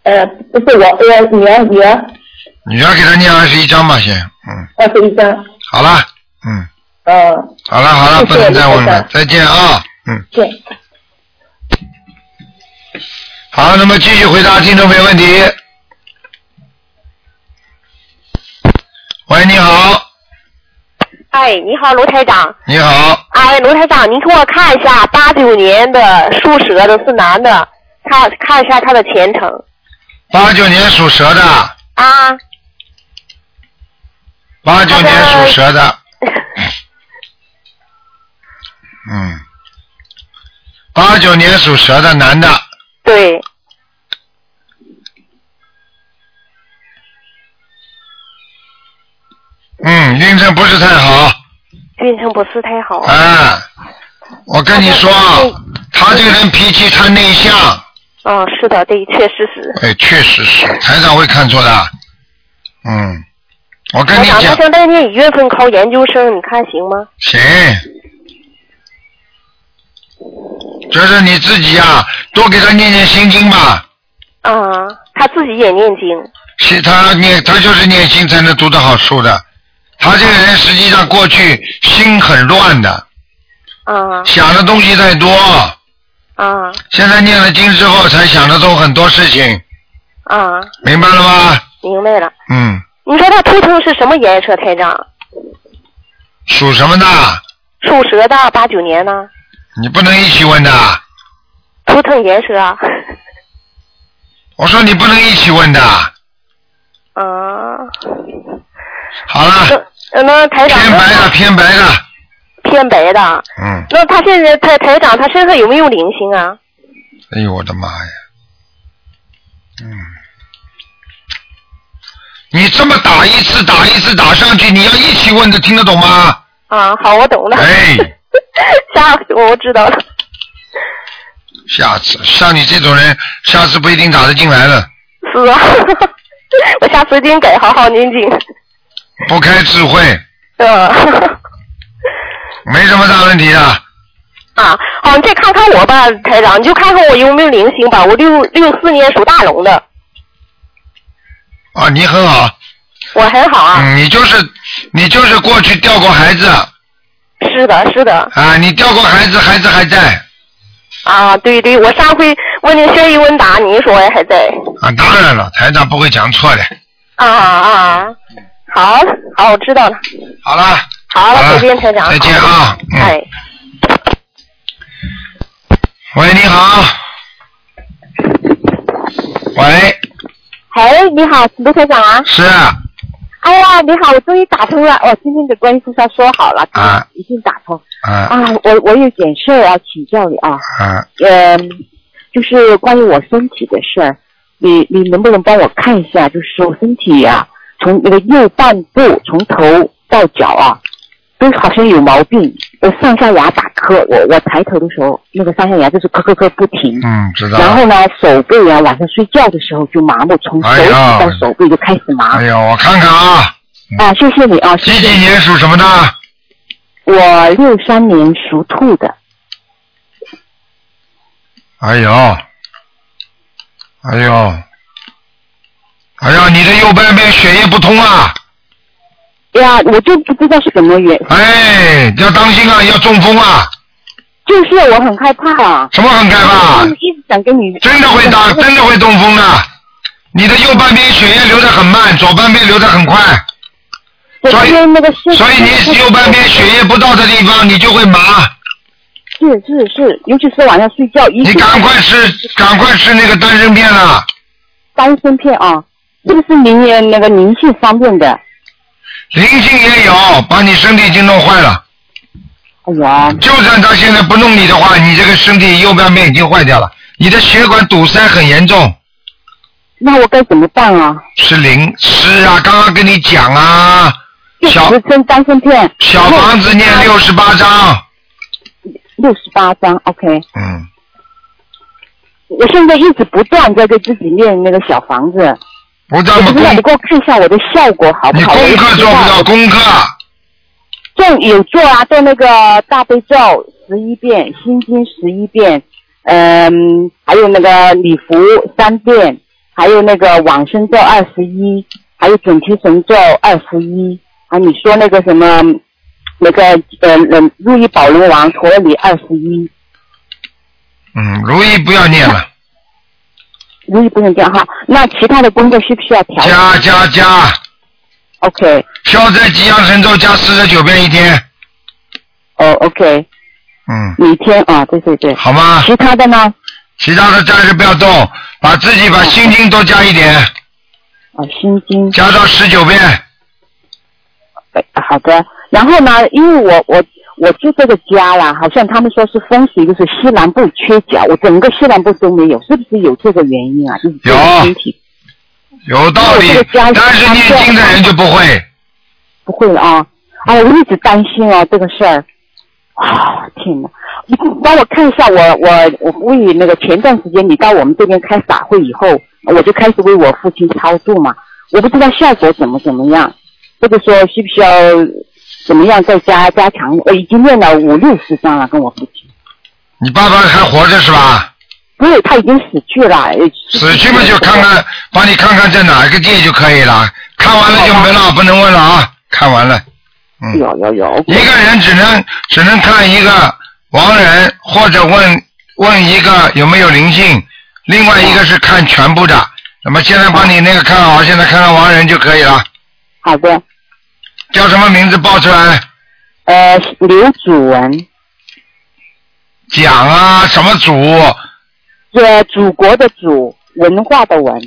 [SPEAKER 6] 呃，不是我，呃，女儿女儿
[SPEAKER 2] 你要给他念二十一章吧，先，嗯，
[SPEAKER 6] 二十一张，
[SPEAKER 2] 好了，嗯，
[SPEAKER 6] 呃，
[SPEAKER 2] 好了好
[SPEAKER 6] 谢谢
[SPEAKER 2] 了，不能再问
[SPEAKER 6] 卢台
[SPEAKER 2] 了
[SPEAKER 6] 长，
[SPEAKER 2] 再见啊，嗯，
[SPEAKER 6] 对，
[SPEAKER 2] 好，那么继续回答听众朋友问题。喂，你好，
[SPEAKER 7] 哎，你好，卢台长。
[SPEAKER 2] 你好，
[SPEAKER 7] 哎，卢台长，您给我看一下八九年的属蛇的是男的，他看一下他的前程
[SPEAKER 2] 八九年属蛇的，
[SPEAKER 7] 啊。
[SPEAKER 2] 八九年属 蛇的，嗯，八九年属蛇的男的，
[SPEAKER 7] 对，
[SPEAKER 2] 嗯，运程不是太好，
[SPEAKER 7] 运程不是太好。
[SPEAKER 2] 哎，我跟你说啊，他这个人脾气太内向，
[SPEAKER 7] 嗯，是的，对，确实是。
[SPEAKER 2] 哎，确实是，台长会看错的。嗯，我跟
[SPEAKER 7] 台
[SPEAKER 2] 你
[SPEAKER 7] 长，他
[SPEAKER 2] 讲，
[SPEAKER 7] 想在那一月份考研究生，你看行吗？
[SPEAKER 2] 行，就是你自己呀、啊多给他念念心经吧。
[SPEAKER 7] 啊，他自己也念经。
[SPEAKER 2] 其他念他就是念经才能读得好书的。他这个人实际上过去心很乱的，
[SPEAKER 7] 啊
[SPEAKER 2] 想的东西太多。
[SPEAKER 7] 啊
[SPEAKER 2] 现在念了经之后，才想得通很多事情，
[SPEAKER 7] 啊！
[SPEAKER 2] 明白了吗？
[SPEAKER 7] 明白了。
[SPEAKER 2] 嗯，
[SPEAKER 7] 你说他图腾是什么颜色，台长？
[SPEAKER 2] 属什么的？
[SPEAKER 7] 属蛇的，八九年呢？
[SPEAKER 2] 你不能一起问的。
[SPEAKER 7] 图腾颜色啊。
[SPEAKER 2] 我说你不能一起问的。
[SPEAKER 7] 啊。
[SPEAKER 2] 好了，
[SPEAKER 7] 那呃那台长
[SPEAKER 2] 偏白的，偏白的，
[SPEAKER 7] 偏白的。
[SPEAKER 2] 嗯，
[SPEAKER 7] 那他现在台台长，他身上有没有灵性啊？
[SPEAKER 2] 哎呦我的妈呀，嗯，你这么打一次打一次打上去，你要一起问的，听得懂吗？
[SPEAKER 7] 啊，好，我懂了。
[SPEAKER 2] 哎，
[SPEAKER 7] 下回我知道了。
[SPEAKER 2] 下次像你这种人，下次不一定打得进来了。
[SPEAKER 7] 是啊， 我下次一定改，好好念经。
[SPEAKER 2] 不开智慧，
[SPEAKER 7] 呃，
[SPEAKER 2] 没什么大问题的。
[SPEAKER 7] 啊，好，你再看看我吧，台长，你就看看我有没有灵性吧。我六六四年属大龙的，
[SPEAKER 2] 啊，你很好，
[SPEAKER 7] 我很好啊。
[SPEAKER 2] 嗯，你就是你就是过去掉过孩子
[SPEAKER 7] 是的，是的，
[SPEAKER 2] 啊，你掉过孩子，孩子还在
[SPEAKER 7] 啊，对对，我上回问你学一问答，你说还在。
[SPEAKER 2] 啊，当然了，台长不会讲错的。
[SPEAKER 7] 啊啊，好好，我知道了。
[SPEAKER 2] 好了。
[SPEAKER 7] 好
[SPEAKER 2] 好了
[SPEAKER 7] 了，再见，台长。
[SPEAKER 2] 再见啊嗯
[SPEAKER 7] 哎。
[SPEAKER 2] 喂，你好。喂，
[SPEAKER 7] 哎，你好，卢台长啊！
[SPEAKER 2] 是
[SPEAKER 7] 哎呀，你好，我终于打通了。我今天的观音菩萨说好了，
[SPEAKER 2] 啊
[SPEAKER 7] 已经打通
[SPEAKER 2] 啊
[SPEAKER 7] 啊。我我有点事儿要请教你啊，
[SPEAKER 2] 啊，
[SPEAKER 7] 嗯、就是关于我身体的事儿，你你能不能帮我看一下？就是我身体啊，从那个右半部从头到脚啊，都好像有毛病，我上下牙打磕，我我抬头的时候，那个上下牙就是磕磕磕不停。
[SPEAKER 2] 嗯，知道
[SPEAKER 7] 然
[SPEAKER 2] 了。
[SPEAKER 7] 后呢，手背啊，晚上睡觉的时候就麻木，从手
[SPEAKER 2] 哎
[SPEAKER 7] 指
[SPEAKER 2] 呀
[SPEAKER 7] 到手背就开始麻。
[SPEAKER 2] 哎呦，我看看啊，
[SPEAKER 7] 啊，谢谢你啊，谢
[SPEAKER 2] 几
[SPEAKER 7] 谢
[SPEAKER 2] 几
[SPEAKER 7] 你。
[SPEAKER 2] 年属什么的？
[SPEAKER 7] 我六三年属兔的，
[SPEAKER 2] 哎呦，哎呦，哎呦，你的右半边血液不通啊！
[SPEAKER 7] 哎呀，我就不知道是什么原，
[SPEAKER 2] 哎，要当心啊，要中风啊！
[SPEAKER 7] 就是我很害怕啊。
[SPEAKER 2] 什么很害怕
[SPEAKER 7] 我？就一直想跟你。
[SPEAKER 2] 真的会打，真的会中风的。你的右半边血液流得很慢，左半边流得很快。
[SPEAKER 7] 我
[SPEAKER 2] 所以
[SPEAKER 7] 因为那个是。
[SPEAKER 2] 所以你右半边血液不到的地方，你就会麻。
[SPEAKER 7] 是是是，尤其是晚上睡觉，一
[SPEAKER 2] 啊你赶快吃，赶快吃那个丹参片了。
[SPEAKER 7] 丹参片啊，是不是灵呃那个灵性方面的？
[SPEAKER 2] 灵性也有，把你身体已经弄坏了。
[SPEAKER 7] 哎呀，
[SPEAKER 2] 就算他现在不弄你的话，你这个身体右半边已经坏掉了，你的血管堵塞很严重，
[SPEAKER 7] 那我该怎么办啊？
[SPEAKER 2] 是灵是啊，刚刚跟你讲啊，
[SPEAKER 7] 就
[SPEAKER 2] 小
[SPEAKER 7] 十针丹参片，
[SPEAKER 2] 小房子念六十八章，
[SPEAKER 7] 六十八张，OK。
[SPEAKER 2] 嗯，
[SPEAKER 7] 我现在一直不断在给自己念那个小房子，
[SPEAKER 2] 不
[SPEAKER 7] 我
[SPEAKER 2] 这么
[SPEAKER 7] 不知道你
[SPEAKER 2] 功，
[SPEAKER 7] 给我看一下我的效果好不
[SPEAKER 2] 你
[SPEAKER 7] 好？我
[SPEAKER 2] 功
[SPEAKER 7] 也
[SPEAKER 2] 课
[SPEAKER 7] 知
[SPEAKER 2] 做不
[SPEAKER 7] 道
[SPEAKER 2] 到，功课
[SPEAKER 7] 做有做啊，做那个大悲咒十一遍，心经十一遍，嗯，还有那个礼服三遍，还有那个往生咒二十一，还有准提神咒二十一，啊，你说那个什么，那个呃，呃如意宝龙王陀里二十一，
[SPEAKER 2] 嗯，如意不要念了，
[SPEAKER 7] 如意不能掉哈，那其他的功课需不需要调
[SPEAKER 2] 加加加，
[SPEAKER 7] ？OK，
[SPEAKER 2] 消灾吉祥神咒加四十九遍一天，
[SPEAKER 7] 哦，OK，
[SPEAKER 2] 嗯，
[SPEAKER 7] 每天啊，对对对，
[SPEAKER 2] 好吗？
[SPEAKER 7] 其他的呢？
[SPEAKER 2] 其他的暂时不要动，把自己把心经多加一点，
[SPEAKER 7] 啊，心经。
[SPEAKER 2] 加到十九遍，
[SPEAKER 7] 哎好的，然后呢，因为我我我住这个家啦，好像他们说是风水就是西南部缺角，我整个西南部都没有，是不是有这个原因啊？就是这个
[SPEAKER 2] 有
[SPEAKER 7] 身体
[SPEAKER 2] 有道理
[SPEAKER 7] 那我这个。加
[SPEAKER 2] 但是念经的人就不会，
[SPEAKER 7] 不会了啊！啊，我一直担心哦这个事儿。啊，天哪！你帮我看一下我我我为那个前段时间你到我们这边开法会以后，我就开始为我父亲超度嘛，我不知道效果怎么怎么样，或者说需不需要怎么样再加加强？我已经念了五六十章了，跟我父亲。
[SPEAKER 2] 你爸爸还活着是吧？
[SPEAKER 7] 不是，他已经死去了。呃
[SPEAKER 2] 死去嘛就看。看，帮你看看在哪一个界就可以了。看完了就没了，不能问了啊。看完了，嗯，
[SPEAKER 7] 有有有，
[SPEAKER 2] 一个人只能只能看一个亡人，或者问问一个有没有灵性，另外一个是看全部的。那么现在帮你那个看好，现在看看亡人就可以了。
[SPEAKER 7] 好的。
[SPEAKER 2] 叫什么名字报出来？
[SPEAKER 7] 呃，刘祖文，
[SPEAKER 2] 讲啊，什么组？
[SPEAKER 7] 呃，祖国的祖，文化的文。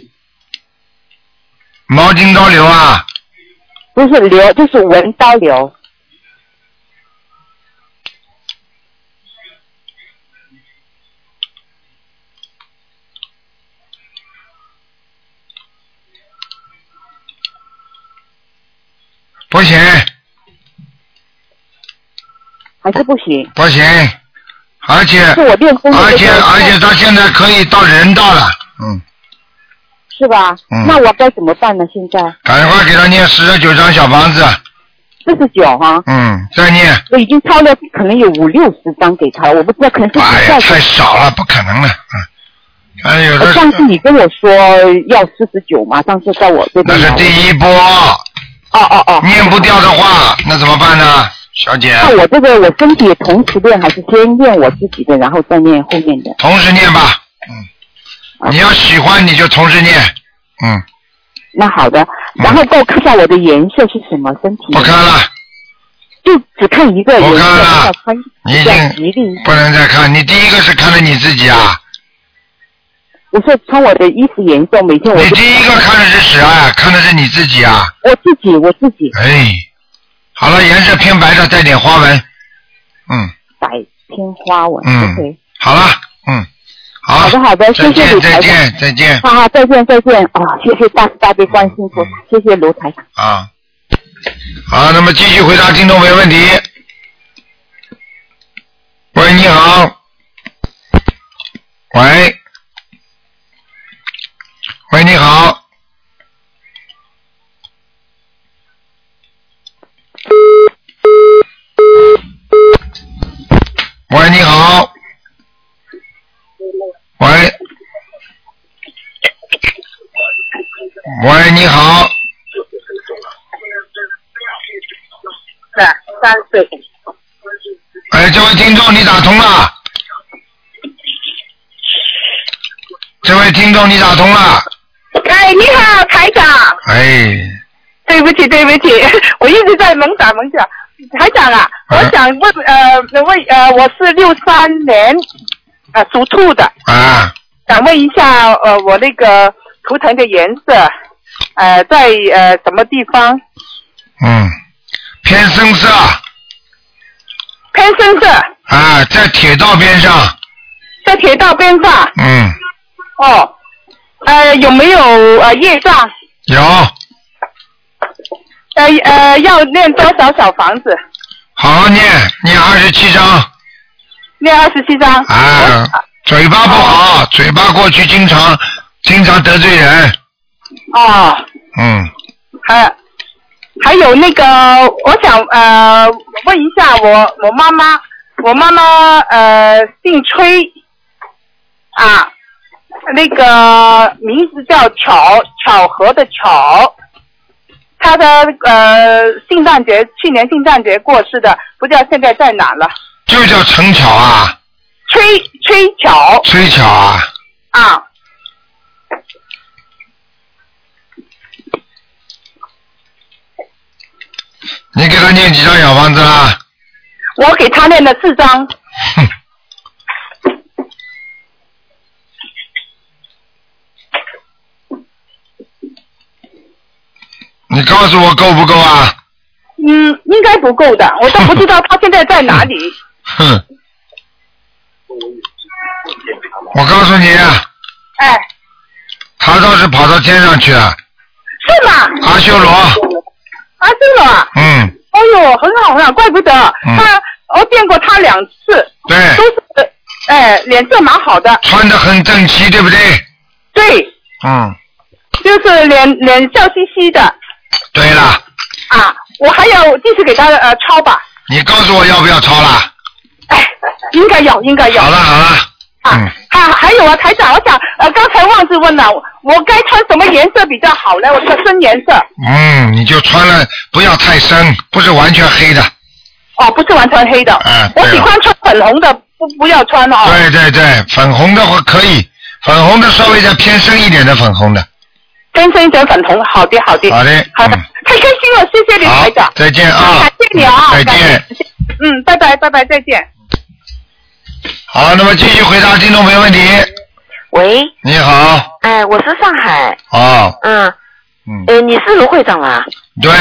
[SPEAKER 2] 毛巾刀流啊，
[SPEAKER 7] 不是流，就是文刀流。
[SPEAKER 2] 不行
[SPEAKER 7] 还是不行，
[SPEAKER 2] 不行，而且
[SPEAKER 7] 是我练功的
[SPEAKER 2] 而
[SPEAKER 7] 这
[SPEAKER 2] 且
[SPEAKER 7] 个
[SPEAKER 2] 而且他现在可以到人道了，嗯，
[SPEAKER 7] 是吧？
[SPEAKER 2] 嗯
[SPEAKER 7] 那我该怎么办呢？现在
[SPEAKER 2] 赶快给他念四十九张小房子，啊
[SPEAKER 7] 四十九哈，
[SPEAKER 2] 嗯，再念，
[SPEAKER 7] 我已经抄了，可能有五六十张给他，我不知道，可能是
[SPEAKER 2] 哎呀，
[SPEAKER 7] 你在
[SPEAKER 2] 太少了，不可能的，嗯，哎有
[SPEAKER 7] 呃
[SPEAKER 2] 的
[SPEAKER 7] 上次你跟我说要四十九嘛，上次在我这
[SPEAKER 2] 那
[SPEAKER 7] 边
[SPEAKER 2] 是
[SPEAKER 7] 来
[SPEAKER 2] 第一波，
[SPEAKER 7] 哦哦哦，
[SPEAKER 2] 念不掉的话，那怎么办呢，小姐？
[SPEAKER 7] 那我这个我身体同时练，还是先练我自己的，然后再练后面的？
[SPEAKER 2] 同时念吧，
[SPEAKER 7] 啊
[SPEAKER 2] 嗯，你要喜欢你就同时念，嗯，
[SPEAKER 7] 那好的，
[SPEAKER 2] 嗯
[SPEAKER 7] 然后给我看一下我的颜色是什么，身体
[SPEAKER 2] 不看了。
[SPEAKER 7] 就只看一个
[SPEAKER 2] 不
[SPEAKER 7] 颜色，
[SPEAKER 2] 看了
[SPEAKER 7] 比较穿
[SPEAKER 2] 你已
[SPEAKER 7] 比较吉
[SPEAKER 2] 经
[SPEAKER 7] 利。
[SPEAKER 2] 不能再看，你第一个是看着你自己啊，
[SPEAKER 7] 我说穿我的衣服颜色，每天我
[SPEAKER 2] 你
[SPEAKER 7] 就
[SPEAKER 2] 第一个看的是谁啊？看的是你自己啊！
[SPEAKER 7] 我自己我自己
[SPEAKER 2] 哎，好了，颜色偏白的，带点花纹。嗯，
[SPEAKER 7] 摆天花纹。
[SPEAKER 2] 嗯
[SPEAKER 7] OK，
[SPEAKER 2] 好了，嗯，好。
[SPEAKER 7] 好的好的，谢
[SPEAKER 2] 再
[SPEAKER 7] 谢
[SPEAKER 2] 见
[SPEAKER 7] 卢
[SPEAKER 2] 再
[SPEAKER 7] 台长。
[SPEAKER 2] 见再见嗯
[SPEAKER 7] 好好，再见再见啊、哦！谢谢大慈大悲观世音菩萨，谢谢卢台长。
[SPEAKER 2] 啊！好，那么继续回答听众朋友问题。喂，你好。喂，喂，你好。喂，你好。喂。喂，你好。
[SPEAKER 4] 三岁，
[SPEAKER 2] 哎，这位听众，你打通了。这位听众，你打通了。
[SPEAKER 4] 哎，你好，台长，
[SPEAKER 2] 哎，
[SPEAKER 4] 对不起，对不 起，我一直在猛打猛打。台长啊，
[SPEAKER 2] 嗯
[SPEAKER 4] 我想问，呃，问，呃，我是六
[SPEAKER 8] 呃
[SPEAKER 4] 三年，啊、属兔的，
[SPEAKER 2] 啊，
[SPEAKER 4] 想问一下，呃，我那个
[SPEAKER 8] 图腾的颜色，呃，在呃什么地方？
[SPEAKER 2] 嗯，偏深色
[SPEAKER 8] 偏深色，
[SPEAKER 2] 啊，在铁道边上，
[SPEAKER 8] 在铁道边上。
[SPEAKER 2] 嗯，
[SPEAKER 8] 哦，呃，有没有呃业障？
[SPEAKER 2] 有，
[SPEAKER 8] 呃呃，要念多少小房子？
[SPEAKER 2] 好好念，念二十七章。
[SPEAKER 8] 念二十七章。
[SPEAKER 2] 啊，嘴巴不好，嘴巴过去经常经常得罪人，
[SPEAKER 8] 哦，
[SPEAKER 2] 嗯，
[SPEAKER 8] 还还有那个，我想呃问一下我我妈妈，我妈妈呃姓崔啊，那个名字叫巧巧合的巧，她的呃圣诞节去年圣诞节过世的，不知道现在在哪了。
[SPEAKER 2] 就叫陈巧啊，
[SPEAKER 8] 崔崔巧
[SPEAKER 2] 崔巧啊，
[SPEAKER 8] 啊，
[SPEAKER 2] 你给他念几张小房子啦？
[SPEAKER 8] 我给她念了四张。
[SPEAKER 2] 你告诉我够不够啊？
[SPEAKER 8] 嗯，应该不够的，我都不知道他现在在哪里。
[SPEAKER 2] 哼，我告诉你，啊
[SPEAKER 8] 哎，
[SPEAKER 2] 他倒是跑到天上去了，
[SPEAKER 8] 是吗？
[SPEAKER 2] 阿修罗，
[SPEAKER 8] 啊，对了啊，
[SPEAKER 2] 嗯，
[SPEAKER 8] 哎呦，很好很好，怪不得、
[SPEAKER 2] 嗯
[SPEAKER 8] 他，我见过他两次，
[SPEAKER 2] 对
[SPEAKER 8] 都，是，哎，脸色蛮好的，
[SPEAKER 2] 穿的很整齐，对不对？
[SPEAKER 8] 对，
[SPEAKER 2] 嗯，
[SPEAKER 8] 就是脸脸笑嘻嘻的
[SPEAKER 2] 对了，
[SPEAKER 8] 啊。我还要继续给他呃抄吧，
[SPEAKER 2] 你告诉我要不要抄啦？
[SPEAKER 8] 哎，应该有，应该有
[SPEAKER 2] 好了
[SPEAKER 8] 啊。
[SPEAKER 2] 好了，嗯，
[SPEAKER 8] 还、还有啊，台长，我想呃，刚才忘记问了，我我该穿什么颜色比较好呢？我这个深颜色，
[SPEAKER 2] 嗯，你就穿了不要太深，不是完全黑的。
[SPEAKER 8] 哦，不是完全黑的，
[SPEAKER 2] 嗯
[SPEAKER 8] 我
[SPEAKER 2] 对
[SPEAKER 8] 喜
[SPEAKER 2] 了
[SPEAKER 8] 欢穿粉红的，不不要穿哦。
[SPEAKER 2] 对对对，粉红的话可以，粉红的稍微再偏深一点的粉红的。
[SPEAKER 8] 真深一点粉红，好的好的。
[SPEAKER 2] 好的
[SPEAKER 8] 好的
[SPEAKER 2] 嗯，
[SPEAKER 8] 太开心了，谢谢你台
[SPEAKER 2] 好
[SPEAKER 8] 长，，
[SPEAKER 2] 再见啊
[SPEAKER 8] 感！谢你啊，
[SPEAKER 2] 再
[SPEAKER 8] 感谢
[SPEAKER 2] 见。。
[SPEAKER 8] 嗯，拜拜拜拜，再见。
[SPEAKER 2] 好，那么继续回答听众朋友问题。
[SPEAKER 9] 喂，
[SPEAKER 2] 你好，
[SPEAKER 9] 哎，我是上海，
[SPEAKER 2] 哦，
[SPEAKER 9] 嗯，
[SPEAKER 2] 嗯，
[SPEAKER 9] 呃，你是卢会长吗？
[SPEAKER 2] 对，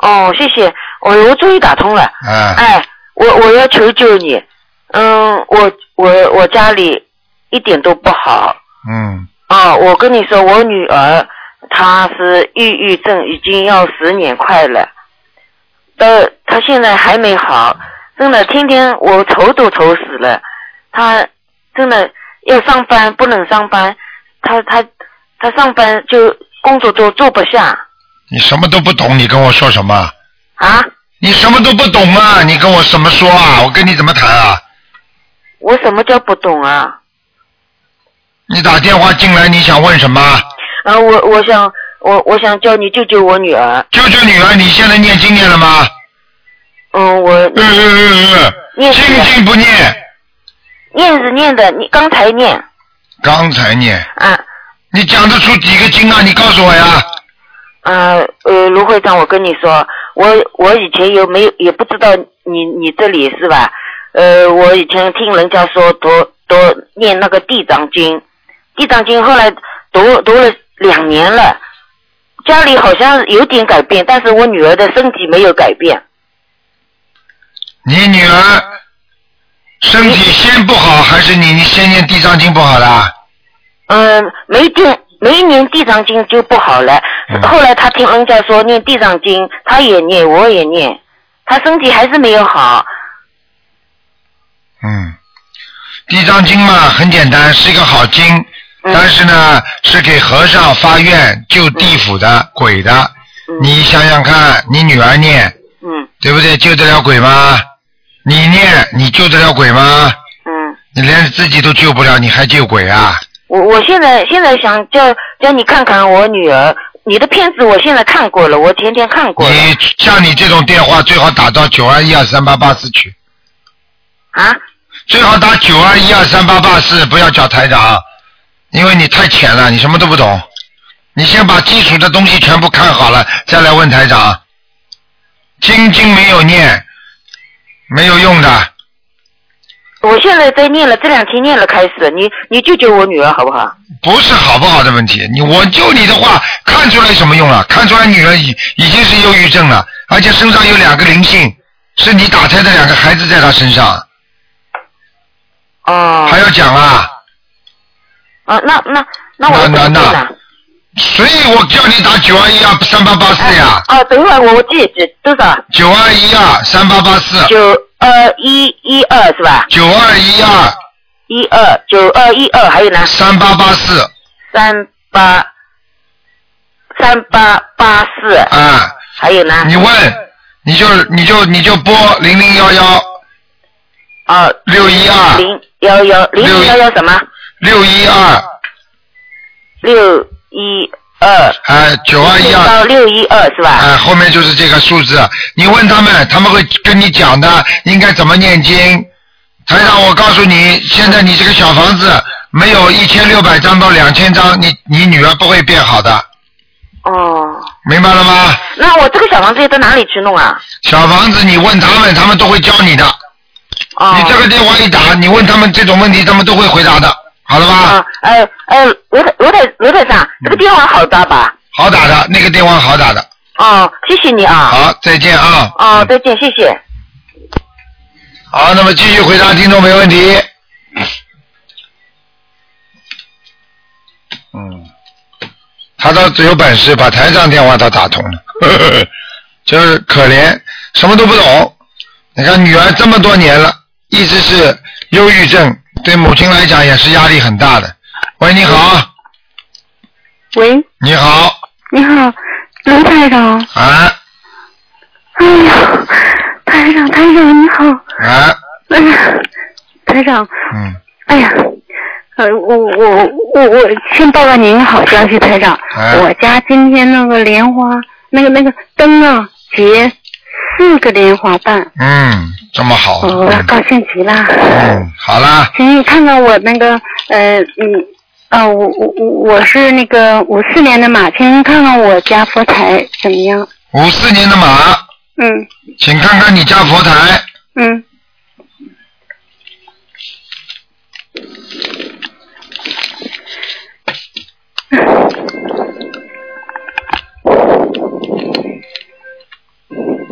[SPEAKER 9] 哦，谢谢，我我终于打通了，
[SPEAKER 2] 啊，
[SPEAKER 9] 哎，我我要求救你，嗯，我我我家里一点都不好
[SPEAKER 2] 嗯，
[SPEAKER 9] 啊，我跟你说，我女儿她是抑郁症，已经要十年快了，呃，她现在还没好，真的，天天我愁都愁死了，她真的要上班不能上班，她她她上班就工作都做不下
[SPEAKER 2] 你什么都不懂，你跟我说什么？
[SPEAKER 9] 啊。
[SPEAKER 2] 你什么都不懂啊！你跟我怎么说啊？我跟你怎么谈啊？
[SPEAKER 9] 我什么叫不懂啊？
[SPEAKER 2] 你打电话进来，你想问什么？
[SPEAKER 9] 啊，我我想我我想叫你救救我女儿。
[SPEAKER 2] 舅舅女儿，你现在念经念了吗？
[SPEAKER 9] 嗯，我
[SPEAKER 2] 呃呃呃呃，
[SPEAKER 9] 念
[SPEAKER 2] 经
[SPEAKER 9] 经了
[SPEAKER 2] 经不念，
[SPEAKER 9] 念是念的，你刚才念
[SPEAKER 2] 刚才念。
[SPEAKER 9] 啊
[SPEAKER 2] 你讲得出几个经啊？你告诉我呀。
[SPEAKER 9] 啊呃，卢会长，我跟你说，我我以前有没有也不知道你你这里是吧？呃，我以前听人家说多多念那个地藏经，地藏经后来读读了两年了，家里好像有点改变，但是我女儿的身体没有改变。
[SPEAKER 2] 你女
[SPEAKER 9] 嗯
[SPEAKER 2] 儿身体先不好，还是你你先念地藏经不好的？
[SPEAKER 9] 嗯，没念没念地藏经就不好了。
[SPEAKER 2] 嗯
[SPEAKER 9] 后来他听人家说念地藏经，他也念，我也念，他身体还是没有好。
[SPEAKER 2] 嗯，地藏经嘛，很简单，是一个好经，
[SPEAKER 9] 嗯
[SPEAKER 2] 但是呢，是给和尚发愿救地府的鬼的。
[SPEAKER 9] 嗯
[SPEAKER 2] 你想想看，你女儿念，
[SPEAKER 9] 嗯
[SPEAKER 2] 对不对？救得了鬼吗？你念，你救得了鬼吗？
[SPEAKER 9] 嗯，
[SPEAKER 2] 你连自己都救不了，你还救鬼啊？
[SPEAKER 9] 我我现在现在想叫叫你看看我女儿，你的片子我现在看过了，我天天看过了
[SPEAKER 2] 你像你这种电话，最好打到九二一二三八八四去，
[SPEAKER 9] 啊。
[SPEAKER 2] 最好打九二一二三八八四，不要叫台长，啊因为你太浅了，你什么都不懂。你先把基础的东西全部看好了，再来问台长。经经没有念，没有用的。
[SPEAKER 9] 我现在在念了，这两天念了开始，你你救救我女儿好不好？
[SPEAKER 2] 不是好不好的问题，你我救你的话，看出来有什么用了？看出来女人已已经是忧郁症了，而且身上有两个灵性，是你打胎的两个孩子在她身上，
[SPEAKER 9] 哦，
[SPEAKER 2] 还要讲啊？
[SPEAKER 9] 啊，那那那我
[SPEAKER 2] 那
[SPEAKER 9] 怎
[SPEAKER 2] 那
[SPEAKER 9] 么办
[SPEAKER 2] 那
[SPEAKER 9] 呢？，
[SPEAKER 2] 所以我叫你打九二一啊，三八八四呀，
[SPEAKER 9] 啊，等一会儿我我记记多少？
[SPEAKER 2] 九二一啊，三八八四，
[SPEAKER 9] 九二一一二是吧？
[SPEAKER 2] 九二一啊，
[SPEAKER 9] 一二九二一二，还有呢？
[SPEAKER 2] 三八八四
[SPEAKER 9] 三八三八八四，
[SPEAKER 2] 啊，
[SPEAKER 9] 还有呢？
[SPEAKER 2] 你问，你就你就你就拨零零幺幺
[SPEAKER 9] 啊，
[SPEAKER 2] 六一二
[SPEAKER 9] 零幺幺零零幺幺什么？
[SPEAKER 2] 六一二，
[SPEAKER 9] 六一二
[SPEAKER 2] 哎，九二一二。
[SPEAKER 9] 到六一二是吧？
[SPEAKER 2] 啊，后面就是这个数字。你问他们，他们会跟你讲的，应该怎么念经。台长，我告诉你，现在你这个小房子没有一千六百张到两千张，你你女儿不会变好的，
[SPEAKER 9] 哦，
[SPEAKER 2] 明白了吗？
[SPEAKER 9] 那我这个小房子要到哪里去弄啊？
[SPEAKER 2] 小房子，你问他们，他们都会教你的。
[SPEAKER 9] 哦，
[SPEAKER 2] 你这个电话一打，你问他们这种问题，他们都会回答的，好了吧？
[SPEAKER 9] 啊，呃呃，罗台罗台罗台长，这个电话好打吧？
[SPEAKER 2] 好打的，那个电话好打的。
[SPEAKER 9] 哦，谢谢你啊。
[SPEAKER 2] 好，再见啊。
[SPEAKER 9] 哦，再见，谢谢。
[SPEAKER 2] 好，那么继续回答听众没问题。嗯，他倒只有本事把台上电话他打通了， 就是可怜，什么都不懂。你看女儿这么多年了，一直是忧郁症，对母亲来讲也是压力很大的。喂，你好，
[SPEAKER 10] 喂，
[SPEAKER 2] 你好，
[SPEAKER 10] 你好，卢台长。
[SPEAKER 2] 啊
[SPEAKER 10] 哎呀，台长，台长你好。
[SPEAKER 2] 啊，
[SPEAKER 10] 哎呀，台长，
[SPEAKER 2] 嗯
[SPEAKER 10] 哎呀，呃，我我我我先报告您好消息，台长，
[SPEAKER 2] 哎
[SPEAKER 10] 我家今天那个莲花，那个那个灯啊，结四个莲花瓣，哦
[SPEAKER 2] 嗯，这么好，
[SPEAKER 10] 我高兴极了。
[SPEAKER 2] 嗯，好啦，
[SPEAKER 10] 请你看看我那个呃嗯啊，我我我我是那个五四年的马，请您看看我家佛台怎么样？
[SPEAKER 2] 五四年的马，
[SPEAKER 10] 嗯
[SPEAKER 2] 请看看你家佛台。
[SPEAKER 10] 嗯，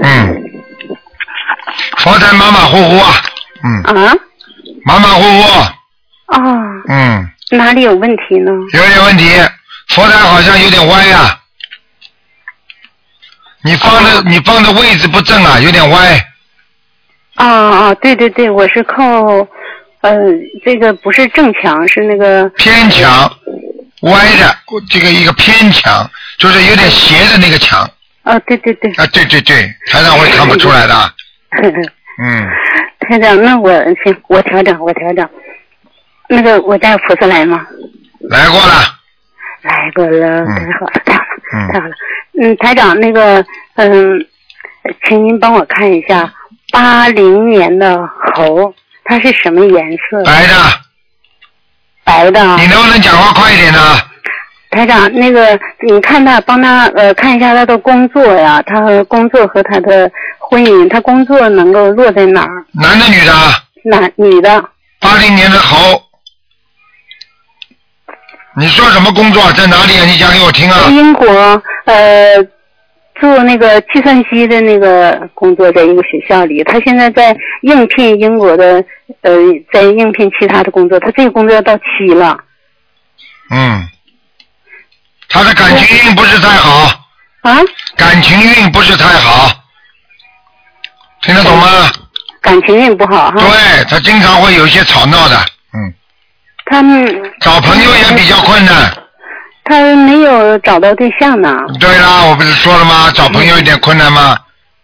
[SPEAKER 2] 嗯，佛台马马虎虎啊，嗯，
[SPEAKER 10] 啊
[SPEAKER 2] 马马虎虎，
[SPEAKER 10] 哦，
[SPEAKER 2] 嗯，
[SPEAKER 10] 哪里有问题呢？
[SPEAKER 2] 有点问题，佛台好像有点歪啊，你放的你放的位置不正啊，有点歪，
[SPEAKER 10] 哦哦，对对对，我是靠，呃，这个不是正墙，是那个
[SPEAKER 2] 偏墙，歪的，这个一个偏墙，就是有点斜的那个墙
[SPEAKER 10] 哦，对对 对，
[SPEAKER 2] 啊，对对对，台上会看不出来的啊，嗯，
[SPEAKER 10] 台长，那我行，我调整，我调整。那个我家有菩萨来吗？
[SPEAKER 2] 来过了，
[SPEAKER 10] 来过了，
[SPEAKER 2] 嗯
[SPEAKER 10] 太好了，太好了，
[SPEAKER 2] 嗯
[SPEAKER 10] 太好了。嗯，台长，那个，嗯，请您帮我看一下八零年的猴，它是什么颜色？
[SPEAKER 2] 白的，
[SPEAKER 10] 白的啊。
[SPEAKER 2] 你能不能讲话快一点呢？
[SPEAKER 10] 台长，那个你看他，帮他呃看一下他的工作呀，他和工作和他的婚姻，他工作能够落在哪儿？
[SPEAKER 2] 男的女的啊？
[SPEAKER 10] 哪女的？
[SPEAKER 2] 八零年的猴。你说什么工作？在哪里啊？你讲给我听啊！
[SPEAKER 10] 英国呃做那个计算机的那个工作，在一个学校里，他现在在应聘英国的呃，在应聘其他的工作，他这个工作要到期了。
[SPEAKER 2] 嗯，他的感情运不是太好，
[SPEAKER 10] 啊，
[SPEAKER 2] 感情运不是太好，听得懂吗？
[SPEAKER 10] 感情运不好哈，
[SPEAKER 2] 对他经常会有一些吵闹的，嗯，
[SPEAKER 10] 他们
[SPEAKER 2] 找朋友也比较困难。
[SPEAKER 10] 他没有找到对象呢。
[SPEAKER 2] 对啦，我不是说了吗？找朋友有点困难吗？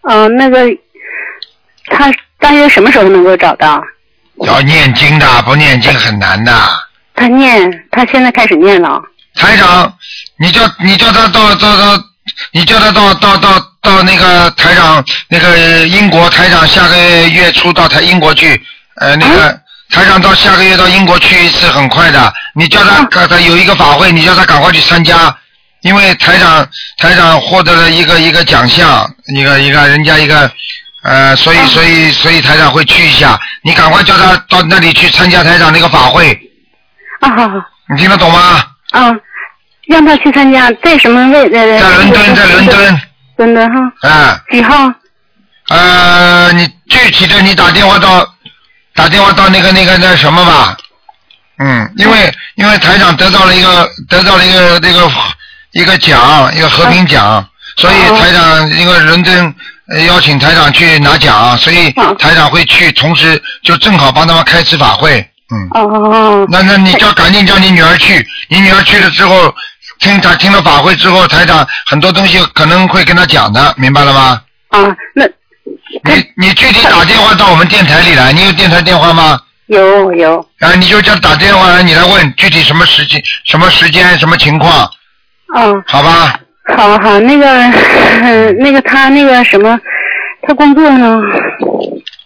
[SPEAKER 10] 嗯、那个他大约什么时候能够找到？嗯
[SPEAKER 2] 要念经的，不念经很难的。
[SPEAKER 10] 他念，他现在开始念了。
[SPEAKER 2] 台长，你叫你叫他到到到，你叫他到到到到那个台长那个英国台长下个月初到台英国去，呃那个、台长到下个月到英国去一次很快的，你叫他赶他有一个法会，你叫他赶快去参加，因为台长台长获得了一个一个奖项，一个一个人家一个呃，所以所以所以台长会去一下，你赶快叫他到那里去参加台长那个法会，
[SPEAKER 10] 啊，好好，
[SPEAKER 2] 你听得懂吗？
[SPEAKER 10] 啊，让他去参加，在什么位？在
[SPEAKER 2] 在伦敦，在伦敦，
[SPEAKER 10] 伦敦哈，
[SPEAKER 2] 啊、
[SPEAKER 10] 几号？
[SPEAKER 2] 呃，你具体的你打电话到打电话到那个那个那什么吧，嗯，因为因为台长得到了一个得到了一个那个一个奖，一个和平奖，
[SPEAKER 10] 啊
[SPEAKER 2] 所以台
[SPEAKER 10] 哦
[SPEAKER 2] 长因为伦敦呃邀请台长去拿奖，所以
[SPEAKER 10] 啊
[SPEAKER 2] 台长会去，同时就正好帮他们开次法会，嗯，
[SPEAKER 10] 哦，
[SPEAKER 2] 那那你叫赶紧叫你女儿去，你女儿去了之后。听他听了法会之后，台长很多东西可能会跟他讲的，明白了吗？
[SPEAKER 10] 啊，那
[SPEAKER 2] 你你具体打电话到我们电台里来，你有电台电话吗？
[SPEAKER 10] 啊有有，
[SPEAKER 2] 啊，你就叫打电话来，你来问具体什么时间、什么时间、什么情况，
[SPEAKER 10] 啊，
[SPEAKER 2] 好吧？
[SPEAKER 10] 好好，那个、呃那个 他那个什么，他工作呢？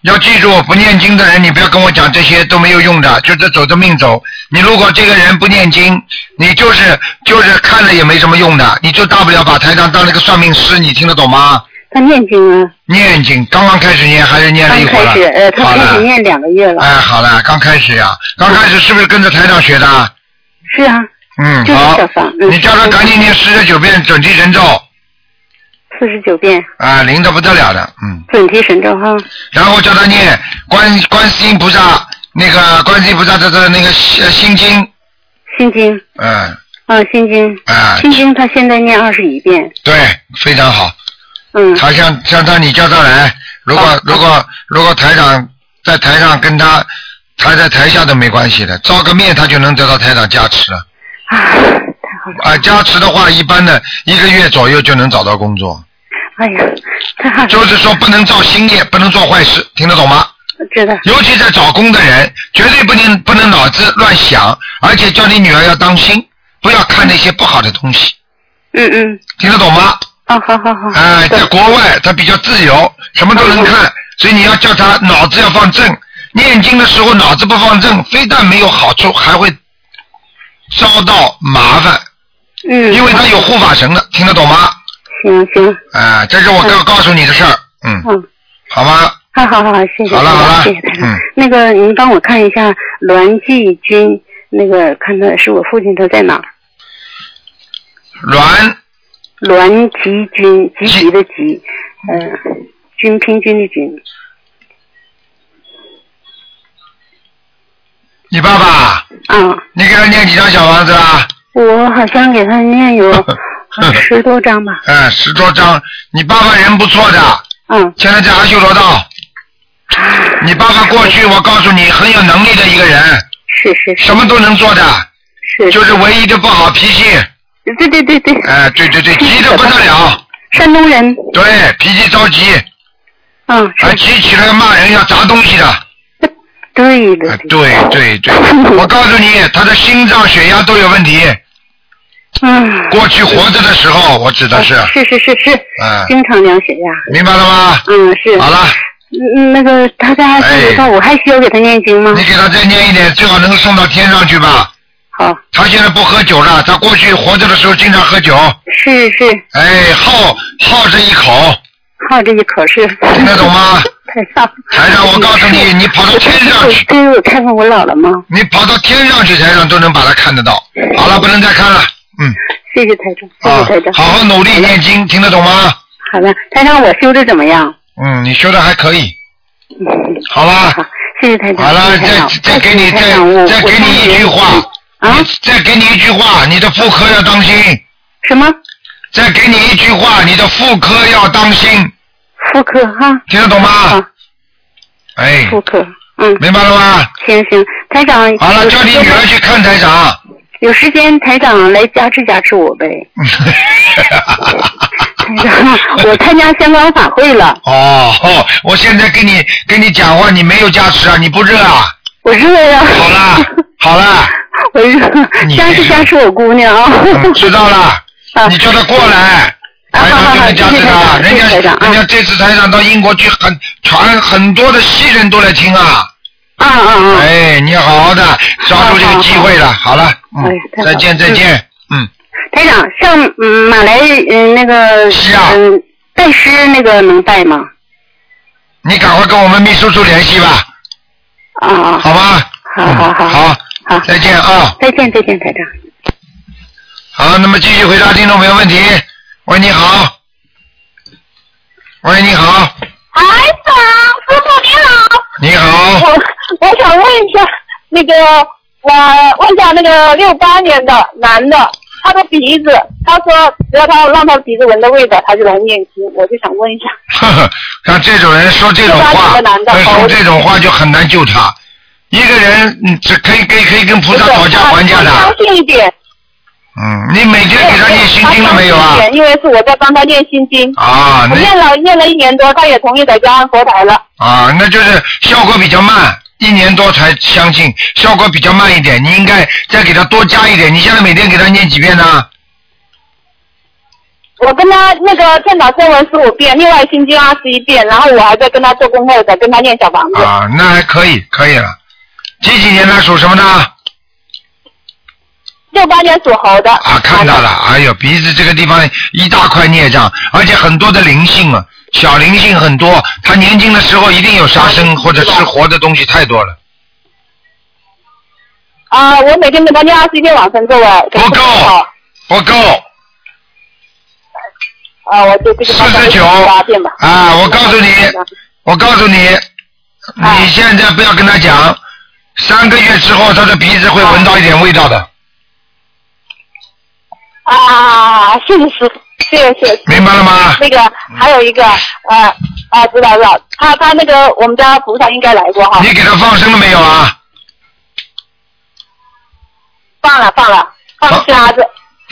[SPEAKER 2] 要记住，不念经的人，你不要跟我讲这些都没有用的，就是走着命走。你如果这个人不念经，你就是就是看了也没什么用的，你就大不了把台长当了个算命师，你听得懂吗？
[SPEAKER 10] 他念经啊，
[SPEAKER 2] 念经刚刚开始念，还是念了
[SPEAKER 10] 刚
[SPEAKER 2] 一会儿
[SPEAKER 10] 开
[SPEAKER 2] 了
[SPEAKER 10] 始，呃，
[SPEAKER 2] 好
[SPEAKER 10] 他
[SPEAKER 2] 了
[SPEAKER 10] 开始念两个月了，
[SPEAKER 2] 哎，好了，刚开始呀、刚开始是不是跟着台长学的？
[SPEAKER 10] 是啊，
[SPEAKER 2] 嗯，
[SPEAKER 10] 就是
[SPEAKER 2] 好
[SPEAKER 10] 小房，嗯
[SPEAKER 2] 你叫他赶紧念四十九遍准提神咒，
[SPEAKER 10] 四十九遍
[SPEAKER 2] 啊，灵的不得了的，嗯，
[SPEAKER 10] 准提神咒哈，
[SPEAKER 2] 然后叫他念观观世音菩萨那个观世音菩萨的的那个心呃心经，
[SPEAKER 10] 心经
[SPEAKER 2] 嗯，
[SPEAKER 10] 啊，心经，
[SPEAKER 2] 啊，
[SPEAKER 10] 心经他现在念二十一遍，
[SPEAKER 2] 对，非常好。
[SPEAKER 10] 嗯，哦
[SPEAKER 2] 他像像他，你叫他来，如果如果如果台长在台上跟他，他在台下都没关系的，照个面他就能得到台长加持了。
[SPEAKER 10] 啊，太好了，
[SPEAKER 2] 啊，加持的话，一般的一个月左右就能找到工作。
[SPEAKER 10] 哎呀，太好了，
[SPEAKER 2] 就是说，不能造新业，不能做坏事，听得懂吗？
[SPEAKER 10] 知道，
[SPEAKER 2] 尤其在找工的人，绝对不能不能脑子乱想，而且叫你女儿要当心，不要看那些不好的东西，
[SPEAKER 10] 嗯嗯，
[SPEAKER 2] 听得懂吗？
[SPEAKER 10] 啊，好好哦好，
[SPEAKER 2] 哎、在国外他比较自由，什么都能看，所以你要叫他脑子要放正。念经的时候脑子不放正，非但没有好处，还会遭到麻烦，
[SPEAKER 10] 嗯，
[SPEAKER 2] 因为他有护法神的，听得懂吗？
[SPEAKER 10] 行行，
[SPEAKER 2] 啊、这是我告告诉你的事儿，嗯，
[SPEAKER 10] 嗯，
[SPEAKER 2] 好吗？
[SPEAKER 10] 啊，好好好，谢谢，
[SPEAKER 2] 好了好了
[SPEAKER 10] 谢谢台，长。
[SPEAKER 2] 嗯，
[SPEAKER 10] 那个，您帮我看一下栾继军，那个看他是我父亲，他在哪儿？
[SPEAKER 2] 栾
[SPEAKER 10] 栾继军，积极的积，嗯、军平均的军，
[SPEAKER 2] 你爸爸，
[SPEAKER 10] 啊，
[SPEAKER 2] 你给他念几张小房子啊？
[SPEAKER 10] 我好像给他 念有十多章吧，
[SPEAKER 2] 哎，十多张。你爸爸人不错的，
[SPEAKER 10] 嗯，啊
[SPEAKER 2] 现在在阿修罗道。你爸爸过去，我告诉你，很有能力的一个人，
[SPEAKER 10] 是是
[SPEAKER 2] 什么都能做的，
[SPEAKER 10] 是，
[SPEAKER 2] 就是唯一的不好脾气。
[SPEAKER 10] 对对对对，
[SPEAKER 2] 哎，对对对，急得不得了，
[SPEAKER 10] 山东人，
[SPEAKER 2] 对，脾气着急，
[SPEAKER 10] 嗯，
[SPEAKER 2] 还
[SPEAKER 10] 是，
[SPEAKER 2] 急起来骂人，要砸东西的。
[SPEAKER 10] 对
[SPEAKER 2] 哎
[SPEAKER 10] 的，
[SPEAKER 2] 对对对，我告诉你，他的心脏、血压都有问题。
[SPEAKER 10] 嗯，
[SPEAKER 2] 过去活着的时候，我指的是，
[SPEAKER 10] 是是是是，
[SPEAKER 2] 嗯，
[SPEAKER 10] 经常量血压，
[SPEAKER 2] 明白了吗？
[SPEAKER 10] 嗯是，
[SPEAKER 2] 好了。哎
[SPEAKER 10] 嗯，那个他在阿修罗道，我还需要给他念经吗
[SPEAKER 2] 你？给他再念一点，最好能够送到天上去吧。
[SPEAKER 10] 好，
[SPEAKER 2] 他现在不喝酒了，他过去活着的时候经常喝酒，
[SPEAKER 10] 是是，
[SPEAKER 2] 哎，好好这一口，
[SPEAKER 10] 好这一口是，
[SPEAKER 2] 听得懂吗？
[SPEAKER 10] 太上，
[SPEAKER 2] 台长，哎我告诉你，你跑到天上去，
[SPEAKER 10] 对我看看我姥姥吗？
[SPEAKER 2] 你跑到天上去，台长都能把他看得到。好了，不能再看了，嗯，
[SPEAKER 10] 谢谢台长，谢
[SPEAKER 2] 啊
[SPEAKER 10] 谢台长。，
[SPEAKER 2] 好好努力念经，听得懂吗？
[SPEAKER 10] 好的，台长，我修的怎么样？
[SPEAKER 2] 嗯，你修的还可以，好吧？
[SPEAKER 10] 好，谢谢台长。
[SPEAKER 2] 好了，
[SPEAKER 10] 谢谢台
[SPEAKER 2] 再
[SPEAKER 10] 长
[SPEAKER 2] 再给你
[SPEAKER 10] 谢谢
[SPEAKER 2] 再
[SPEAKER 10] 台长我
[SPEAKER 2] 再给你一句话，
[SPEAKER 10] 哦我啊
[SPEAKER 2] 你再给你一句话，你的妇科要当心。
[SPEAKER 10] 什么
[SPEAKER 2] 再给你一句话，你的妇科要当心，
[SPEAKER 10] 妇科哈？
[SPEAKER 2] 听得懂吗
[SPEAKER 10] 啊？
[SPEAKER 2] 哎，
[SPEAKER 10] 妇科，嗯，
[SPEAKER 2] 明白了吗？
[SPEAKER 10] 行行，台长。
[SPEAKER 2] 好了，
[SPEAKER 10] 有
[SPEAKER 2] 叫你
[SPEAKER 10] 时间
[SPEAKER 2] 女儿去看台长。
[SPEAKER 10] 有时间台长来加持加持我呗。台 长，我参加香港法会了，
[SPEAKER 2] 哦哦，我现在跟你跟你讲话，你没有加持啊，你不热啊？
[SPEAKER 10] 我热呀。
[SPEAKER 2] 好啦，好啦，
[SPEAKER 10] 我热
[SPEAKER 2] 你，
[SPEAKER 10] 加持加持我姑娘啊。
[SPEAKER 2] 嗯知道了
[SPEAKER 10] 啊，
[SPEAKER 2] 你叫她过来。
[SPEAKER 10] 啊
[SPEAKER 2] 台
[SPEAKER 10] 好
[SPEAKER 2] 长
[SPEAKER 10] 好
[SPEAKER 2] 就
[SPEAKER 10] 好
[SPEAKER 2] 能加持
[SPEAKER 10] 谢谢
[SPEAKER 2] 她，
[SPEAKER 10] 台长
[SPEAKER 2] 人家
[SPEAKER 10] 谢谢台长啊
[SPEAKER 2] 人家这次台长到英国去很传很多的西人都来听啊，
[SPEAKER 10] 啊啊啊！
[SPEAKER 2] 哎，你要好好的抓住这个机会了，好了，嗯
[SPEAKER 10] 哎太好
[SPEAKER 2] 再
[SPEAKER 10] 了
[SPEAKER 2] 见再见，嗯，
[SPEAKER 10] 台长，像嗯马来嗯那个
[SPEAKER 2] 是啊
[SPEAKER 10] 嗯拜师那个能拜吗？
[SPEAKER 2] 你赶快跟我们秘书处联系吧。
[SPEAKER 10] 啊，
[SPEAKER 2] 好吧。嗯
[SPEAKER 10] 好好好，
[SPEAKER 2] 好，
[SPEAKER 10] 好，
[SPEAKER 2] 再见啊！
[SPEAKER 10] 再见，再见，台长。
[SPEAKER 2] 好，那么继续回答听众朋友问题。喂，你好。喂，你好，
[SPEAKER 4] 台长，啊师傅你好。
[SPEAKER 2] 你好，
[SPEAKER 4] 我我想问一下，那个我问一下那个六八年的男的，他的鼻子，他说只要他让他鼻子闻到味道，他就来念经。我就想问一下，
[SPEAKER 2] 呵呵，像这种人说这种话，
[SPEAKER 4] 这八九个男的
[SPEAKER 2] 呃说
[SPEAKER 4] 好
[SPEAKER 2] 这种话就很难救他。一个人，嗯，只可以可以可以跟菩萨讨价还价的。
[SPEAKER 4] 相信一点。
[SPEAKER 2] 嗯，你每天给他念心经了没有
[SPEAKER 4] 他
[SPEAKER 2] 啊
[SPEAKER 4] 相信一？点因为是我在帮他念心经。
[SPEAKER 2] 啊，
[SPEAKER 4] 我念
[SPEAKER 2] 那
[SPEAKER 4] 了念了一年多，他也同意在家安佛台了。
[SPEAKER 2] 啊，那就是效果比较慢，一年多才相信，效果比较慢一点。你应该再给他多加一点。你现在每天给他念几遍呢？
[SPEAKER 4] 我跟他那个劝导经文十五遍，另外心经二十一遍，然后我还在跟他做功课，在跟他念小房子。
[SPEAKER 2] 啊，那还可以，可以了。几几年的属什么的？
[SPEAKER 4] 六八年属猴的，
[SPEAKER 2] 啊，看到了，哎呦，鼻子这个地方一大块孽障，而且很多的灵性啊，小灵性很多。他年轻的时候一定有杀生或者吃活的东西太多了，
[SPEAKER 4] 啊，我每天给他念二十一遍往生咒哎，不够，
[SPEAKER 2] 不够
[SPEAKER 4] 啊，我就这个
[SPEAKER 2] 49
[SPEAKER 4] 八遍吧，
[SPEAKER 2] 啊！我告诉你，我告诉你，你现在不要跟他讲，三个月之后他的鼻子会闻到一点味道的，
[SPEAKER 4] 啊，谢谢师傅，谢谢谢谢，
[SPEAKER 2] 明白了吗？
[SPEAKER 4] 那个还有一个，呃啊，知道知道，他他那个我们家菩萨应该来过哈，
[SPEAKER 2] 你给他放生了没有啊？
[SPEAKER 4] 放了放了放了虾子，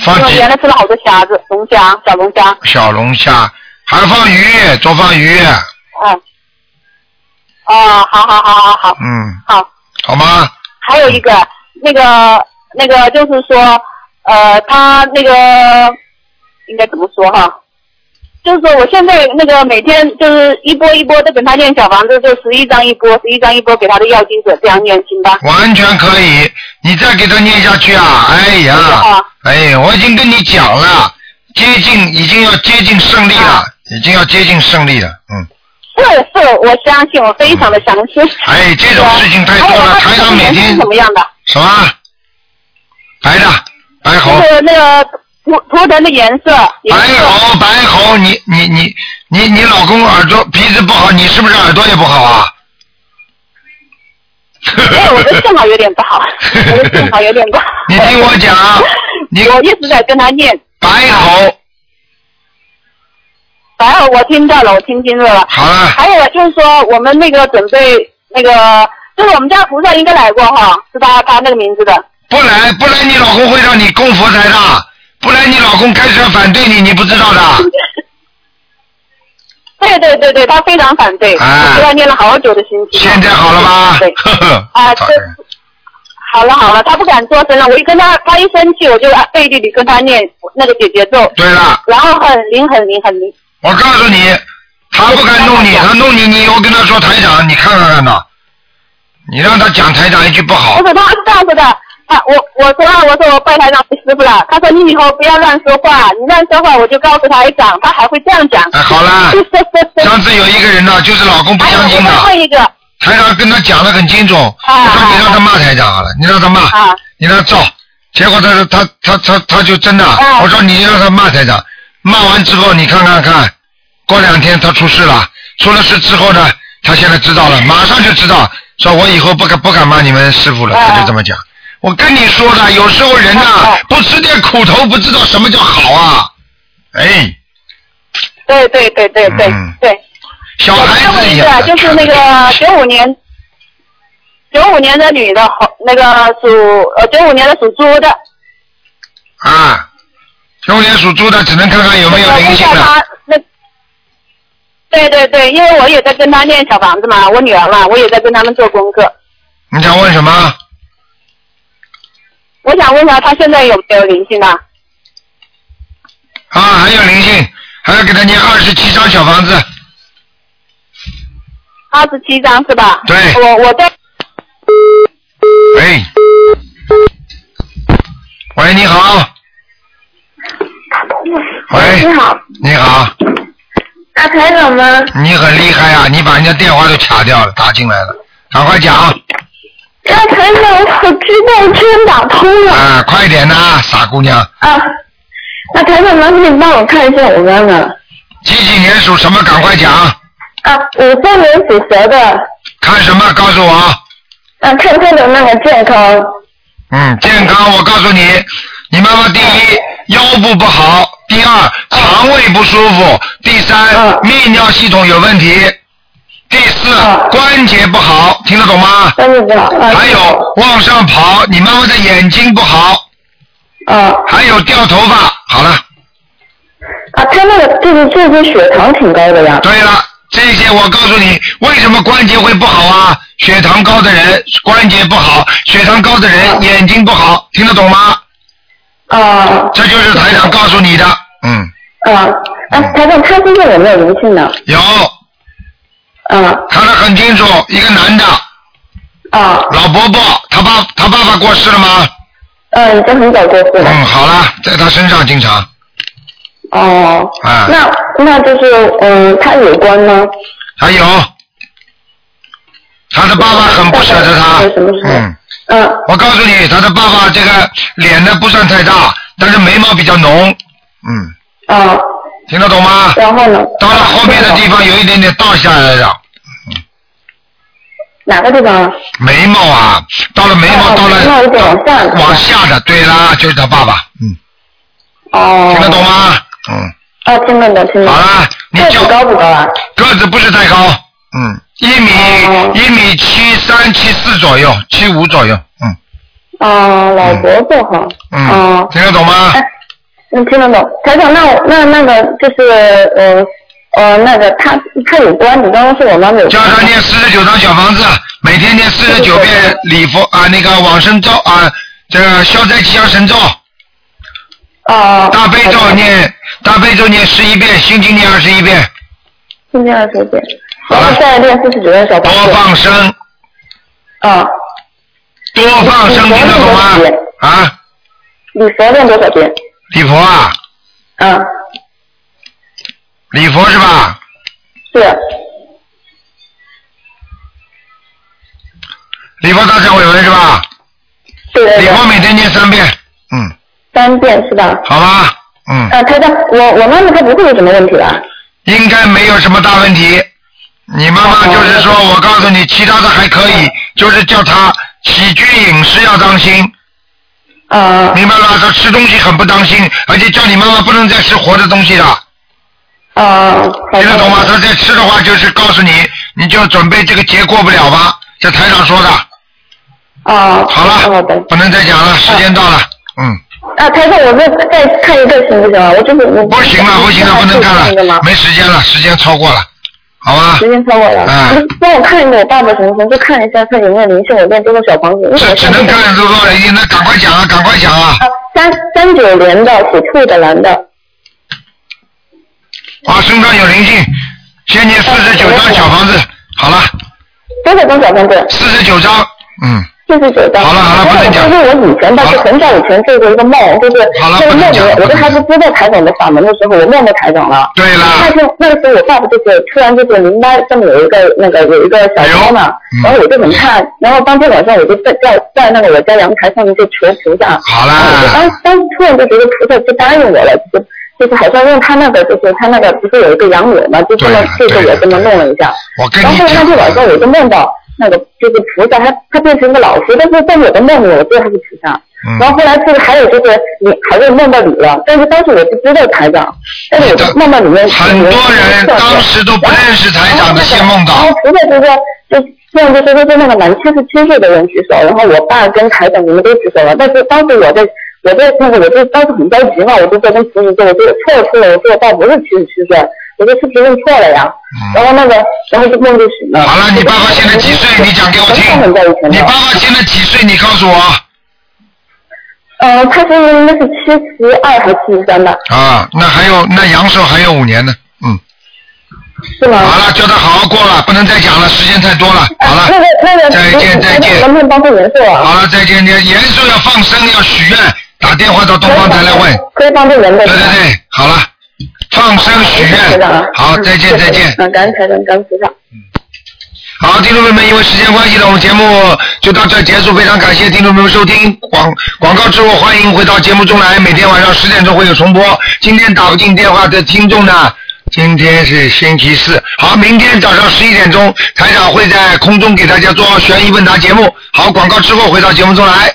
[SPEAKER 2] 放
[SPEAKER 4] 因为
[SPEAKER 2] 几
[SPEAKER 4] 原来吃了好多虾子，龙虾、小龙虾，
[SPEAKER 2] 小龙虾，还放鱼，多放鱼，
[SPEAKER 4] 嗯，哦，好好好好好
[SPEAKER 2] 嗯，
[SPEAKER 4] 好。
[SPEAKER 2] 好吗？
[SPEAKER 4] 还有一个，那个那个就是说，呃，他那个应该怎么说哈？就是说，我现在那个每天就是一波一波的给他念小房子，就十一张一波，十一张一波给他的要经者这样念经吧。
[SPEAKER 2] 完全可以，你再给他念下去啊！哎呀
[SPEAKER 4] 啊，
[SPEAKER 2] 哎，我已经跟你讲了，接近已经要接近胜利了，已经要接近胜利了，嗯。
[SPEAKER 4] 是是，我相信，我非常的相信。
[SPEAKER 2] 哎，这种事情太
[SPEAKER 4] 还
[SPEAKER 2] 多
[SPEAKER 4] 有
[SPEAKER 2] 了，
[SPEAKER 4] 他
[SPEAKER 2] 台
[SPEAKER 4] 这
[SPEAKER 2] 长
[SPEAKER 4] 个
[SPEAKER 2] 每
[SPEAKER 4] 人是
[SPEAKER 2] 天
[SPEAKER 4] 怎么样的？
[SPEAKER 2] 什么白的白猴
[SPEAKER 4] 就是那个图图腾的颜色，
[SPEAKER 2] 白猴白猴，你你你你你老公耳朵鼻子不好，你是不是耳朵也不好啊？
[SPEAKER 4] 哎，我的正好有点不好，我的正好有点不好。
[SPEAKER 2] 你听我讲，啊 你
[SPEAKER 4] 我一直在跟他念。啊
[SPEAKER 2] 白猴。
[SPEAKER 4] 白猴，我听到了，我听清楚了。
[SPEAKER 2] 好了。
[SPEAKER 4] 还有就是说，我们那个准备那个，就是我们家菩萨应该来过哈，是他他那个名字的。
[SPEAKER 2] 不来不来，你老公会让你供佛台的，不然你老公开始反对你，你不知道的。
[SPEAKER 4] 对对对对，他非常反对，
[SPEAKER 2] 啊
[SPEAKER 4] 我给他念了好久的心情。
[SPEAKER 2] 现在好了吧？
[SPEAKER 4] 对，
[SPEAKER 2] 呵呵，
[SPEAKER 4] 啊，这好了好了，他不敢做声了。我一跟他，他一生气，我就背地里跟他念那个姐姐咒。
[SPEAKER 2] 对了。
[SPEAKER 4] 然后很灵很灵很灵。
[SPEAKER 2] 我告诉你，他不敢弄你，他弄你，你以后跟他说台长，你看看看他，你让他讲台长一句不好
[SPEAKER 4] 不，是，他是这样子的，他我我说啊，我说我拜台长为师傅了，他说你以后不要乱说话，你乱说话我就告诉台长，他还会这样讲。
[SPEAKER 2] 哎，好啦，上次有一个人呢，就是老公不相信的，
[SPEAKER 4] 还有一个
[SPEAKER 2] 台长跟他讲的很清楚，我说你让他骂台长好了，你让他骂，
[SPEAKER 4] 啊
[SPEAKER 2] 你让他造，结果他他他他他就真的，
[SPEAKER 4] 啊
[SPEAKER 2] 我说你让他骂台长，骂完之后你看看看，过两天他出事了，出了事之后呢，他现在知道了，马上就知道，说我以后不敢不敢骂你们师傅了，
[SPEAKER 4] 啊
[SPEAKER 2] 他就这么讲。我跟你说的，有时候人呐、不吃点苦头，不知道什么叫好啊。哎，
[SPEAKER 4] 对对对对对
[SPEAKER 2] 嗯
[SPEAKER 4] 对。
[SPEAKER 2] 小
[SPEAKER 4] 孩
[SPEAKER 2] 子一
[SPEAKER 4] 一
[SPEAKER 2] 样
[SPEAKER 4] 个就是 那个九五年，九五年的女的，那个属呃九五年的属猪的，
[SPEAKER 2] 啊，中年属猪的只能看看有没有
[SPEAKER 4] 我
[SPEAKER 2] 灵
[SPEAKER 4] 问一
[SPEAKER 2] 性
[SPEAKER 4] 下
[SPEAKER 2] 了。
[SPEAKER 4] 他那。对对对，因为我也在跟他念小房子嘛，我女儿嘛，我也在跟他们做功课。
[SPEAKER 2] 你想问什么？啊
[SPEAKER 4] 我想问一下，他现在有没有灵性啊？
[SPEAKER 2] 啊，还有灵性，还要给他念二十七张小房子。
[SPEAKER 4] 二十七张是吧？
[SPEAKER 2] 对
[SPEAKER 4] 我我在
[SPEAKER 2] 喂，喂，你好，
[SPEAKER 5] 你好，
[SPEAKER 2] 你好，
[SPEAKER 5] 大台长吗？
[SPEAKER 2] 你很厉害啊！你把人家电话都卡掉了，打进来了，赶快讲
[SPEAKER 5] 那台长，我知道居然打通了
[SPEAKER 2] 啊！快点呐、傻姑娘，
[SPEAKER 5] 啊！那台长，麻烦你帮我看一下我妈妈
[SPEAKER 2] 几几年属什么？赶快讲，
[SPEAKER 5] 啊，五三年属蛇的，
[SPEAKER 2] 看什么？告诉我。
[SPEAKER 5] 啊，看她的那个健康，
[SPEAKER 2] 嗯，健康，我告诉你，你妈妈第一腰部不好，第二肠胃不舒服，第三泌尿系统有问题，第四关节不好，听得懂吗？
[SPEAKER 5] 关节不好。
[SPEAKER 2] 还有往上跑，你妈妈的眼睛不好。
[SPEAKER 5] 啊。
[SPEAKER 2] 还有掉头发，好了，
[SPEAKER 5] 啊，她那个就是最近血糖挺高的呀。
[SPEAKER 2] 对了，这些我告诉你，为什么关节会不好啊？血糖高的人关节不好，血糖高的人眼睛不好，听得懂吗？
[SPEAKER 5] 啊。
[SPEAKER 2] 这就是台长告诉你的，
[SPEAKER 5] 啊，啊，台长，她身上有没有灵性呢？
[SPEAKER 2] 有。
[SPEAKER 5] 啊。
[SPEAKER 2] 看得很清楚，一个男的。
[SPEAKER 5] 啊。
[SPEAKER 2] 老伯伯，他爸他爸爸过世了吗？
[SPEAKER 5] 嗯，已经很早过世了。
[SPEAKER 2] 嗯，好了，在他身上经常，
[SPEAKER 5] 哦。
[SPEAKER 2] 啊
[SPEAKER 5] 那那就是嗯，她有关吗？
[SPEAKER 2] 还有，他的爸爸很不舍得他。嗯。
[SPEAKER 5] 嗯。
[SPEAKER 2] 我告诉你，他的爸爸这个脸呢不算太大，但是眉毛比较浓。嗯。
[SPEAKER 5] 啊。
[SPEAKER 2] 听得懂吗？
[SPEAKER 5] 然后呢？
[SPEAKER 2] 到了后面的地方有一点点倒下来了，
[SPEAKER 5] 哪个地方啊？
[SPEAKER 2] 眉毛啊，到了眉毛到了往下往下的，对啦，就是他爸爸。嗯。
[SPEAKER 5] 哦。
[SPEAKER 2] 听得懂吗？嗯。
[SPEAKER 5] 啊，听得懂，听得懂。
[SPEAKER 2] 好了，你
[SPEAKER 5] 就高不高啊？
[SPEAKER 2] 个子不是太高，嗯，一米
[SPEAKER 5] 哦
[SPEAKER 2] 一米七三七四左右，七五左右，嗯
[SPEAKER 5] 啊，老伯伯哈。
[SPEAKER 2] 嗯，
[SPEAKER 5] 哦
[SPEAKER 2] 听得懂吗？
[SPEAKER 5] 嗯，听得懂。台长，那我那那个就是呃呃那个他他有关，你刚刚说我妈妈有关。
[SPEAKER 2] 叫他念四十九张小房子，每天念四十九遍礼佛啊，那个往生咒啊，这个消灾吉祥神咒。
[SPEAKER 5] 啊。
[SPEAKER 2] 大悲咒念大悲咒念十一遍，心经念二十一遍，
[SPEAKER 5] 今天二十遍，然后再练四十九遍小房子。多
[SPEAKER 2] 放生。
[SPEAKER 5] 啊。
[SPEAKER 2] 多放生，听得懂吗？啊。
[SPEAKER 5] 礼佛练多少遍？
[SPEAKER 2] 礼佛啊，
[SPEAKER 5] 啊，
[SPEAKER 2] 礼佛是吧？
[SPEAKER 5] 是。
[SPEAKER 2] 礼佛大忏悔文是吧？
[SPEAKER 5] 对对对。
[SPEAKER 2] 礼佛每天念三遍，嗯，
[SPEAKER 5] 三遍是吧？
[SPEAKER 2] 好吧，嗯。
[SPEAKER 5] 啊，台长，我我妈妈她不会有什么问题啊吧？
[SPEAKER 2] 应该没有什么大问题。你妈妈就是说，我告诉你，其他的还可以，就是叫她起居饮食要当心。
[SPEAKER 5] 啊。
[SPEAKER 2] 明白了，她吃东西很不当心，而且叫你妈妈不能再吃活的东西了。嗯
[SPEAKER 5] 啊。
[SPEAKER 2] 听得懂吗？她再吃的话，就是告诉你，你就准备这个节过不了吧？这台长说的。
[SPEAKER 5] 啊。
[SPEAKER 2] 哦好了，不能再讲了，时间到了。
[SPEAKER 5] 啊，台长，我再再看一个行不行啊？我就是我。不行
[SPEAKER 2] 啊
[SPEAKER 5] 了，不行了，不能看了。
[SPEAKER 2] 没时间了，时间超过了，好吧？
[SPEAKER 5] 时间超过了。
[SPEAKER 2] 啊
[SPEAKER 5] 你帮我看一个我爸爸行不行？就看一下他有没有灵性，我练多少小房子。因为我
[SPEAKER 2] 只能看这个人，那赶快讲啊，赶快讲啊！
[SPEAKER 5] 三三九年的属兔的男的，
[SPEAKER 2] 啊，身上有灵性，先念四十九张小房子，好了，
[SPEAKER 5] 多少张小房子？
[SPEAKER 2] 四十九张。嗯。
[SPEAKER 5] 四十九张。好了好了，不能讲。就是我以前吧，就很早以前做过一个梦，就是那个梦里，我都还不知道台长的法门的时候，我梦到台长了。
[SPEAKER 2] 对了。
[SPEAKER 5] 那天那个时候，我爸爸就是突然就是明白这么有一个那个有一个小猫嘛，然后我就很怕，然后当天晚上我就在在在那个我家阳台上面就求菩萨。
[SPEAKER 2] 好啦。
[SPEAKER 5] 我就当当时突然就觉得菩萨不答应我了，就是就是好像用他那个就是他那个不是有一个羊膜嘛，就这么对啊着我这么弄了一下。
[SPEAKER 2] 我跟
[SPEAKER 5] 然
[SPEAKER 2] 你
[SPEAKER 5] 后那
[SPEAKER 2] 讲
[SPEAKER 5] 天晚上我就梦到那个就是菩萨，他他变成一个老师，但是在我的梦里我知道他是菩萨。
[SPEAKER 2] 嗯
[SPEAKER 5] 然后后来就是还有就是你还有梦到你了，但是当时我不知道台长，但是我就梦到里面很多人
[SPEAKER 2] 当时都不认识台长的，先梦到。
[SPEAKER 5] 然后菩萨就说就这样就说说那个满七十七岁的人举手，然后我爸跟台长你们都举手了，但是当时我在。我在那个，我就当时很着急嘛，我就在跟菩萨说，我说错了错了，我说我爸不是七十七岁，我说是不是认错了呀？然后那个，然后就梦就嗯醒了。
[SPEAKER 2] 嗯好了，你爸爸现在几岁？你讲给我听。你爸爸现在几岁？你告诉我。
[SPEAKER 5] 呃，他是应该是七十二还是七十三吧？
[SPEAKER 2] 啊，那还有那阳寿还有五年呢，嗯。
[SPEAKER 5] 是吗？
[SPEAKER 2] 好了，叫他好好过了，不能再讲了，时间太多了。好了，
[SPEAKER 5] 啊那个那个，
[SPEAKER 2] 再见再见。
[SPEAKER 5] 能不能帮他延寿啊？
[SPEAKER 2] 好了，再见再见。严肃要放生，要许愿，打电话到东方台来问。
[SPEAKER 5] 可以帮助人的。
[SPEAKER 2] 对对对，好了，放生许愿。好，再见再见。
[SPEAKER 5] 啊嗯，感恩台长，感恩菩萨。
[SPEAKER 2] 好，听众朋友们，因为时间关系呢，我们节目就到这儿结束。非常感谢听众朋友们收听广广告之后，欢迎回到节目中来。每天晚上十点钟会有重播。今天打不进电话的听众呢，今天是星期四。好，明天早上十一点钟，台长会在空中给大家做悬疑问答节目。好，广告之后回到节目中来。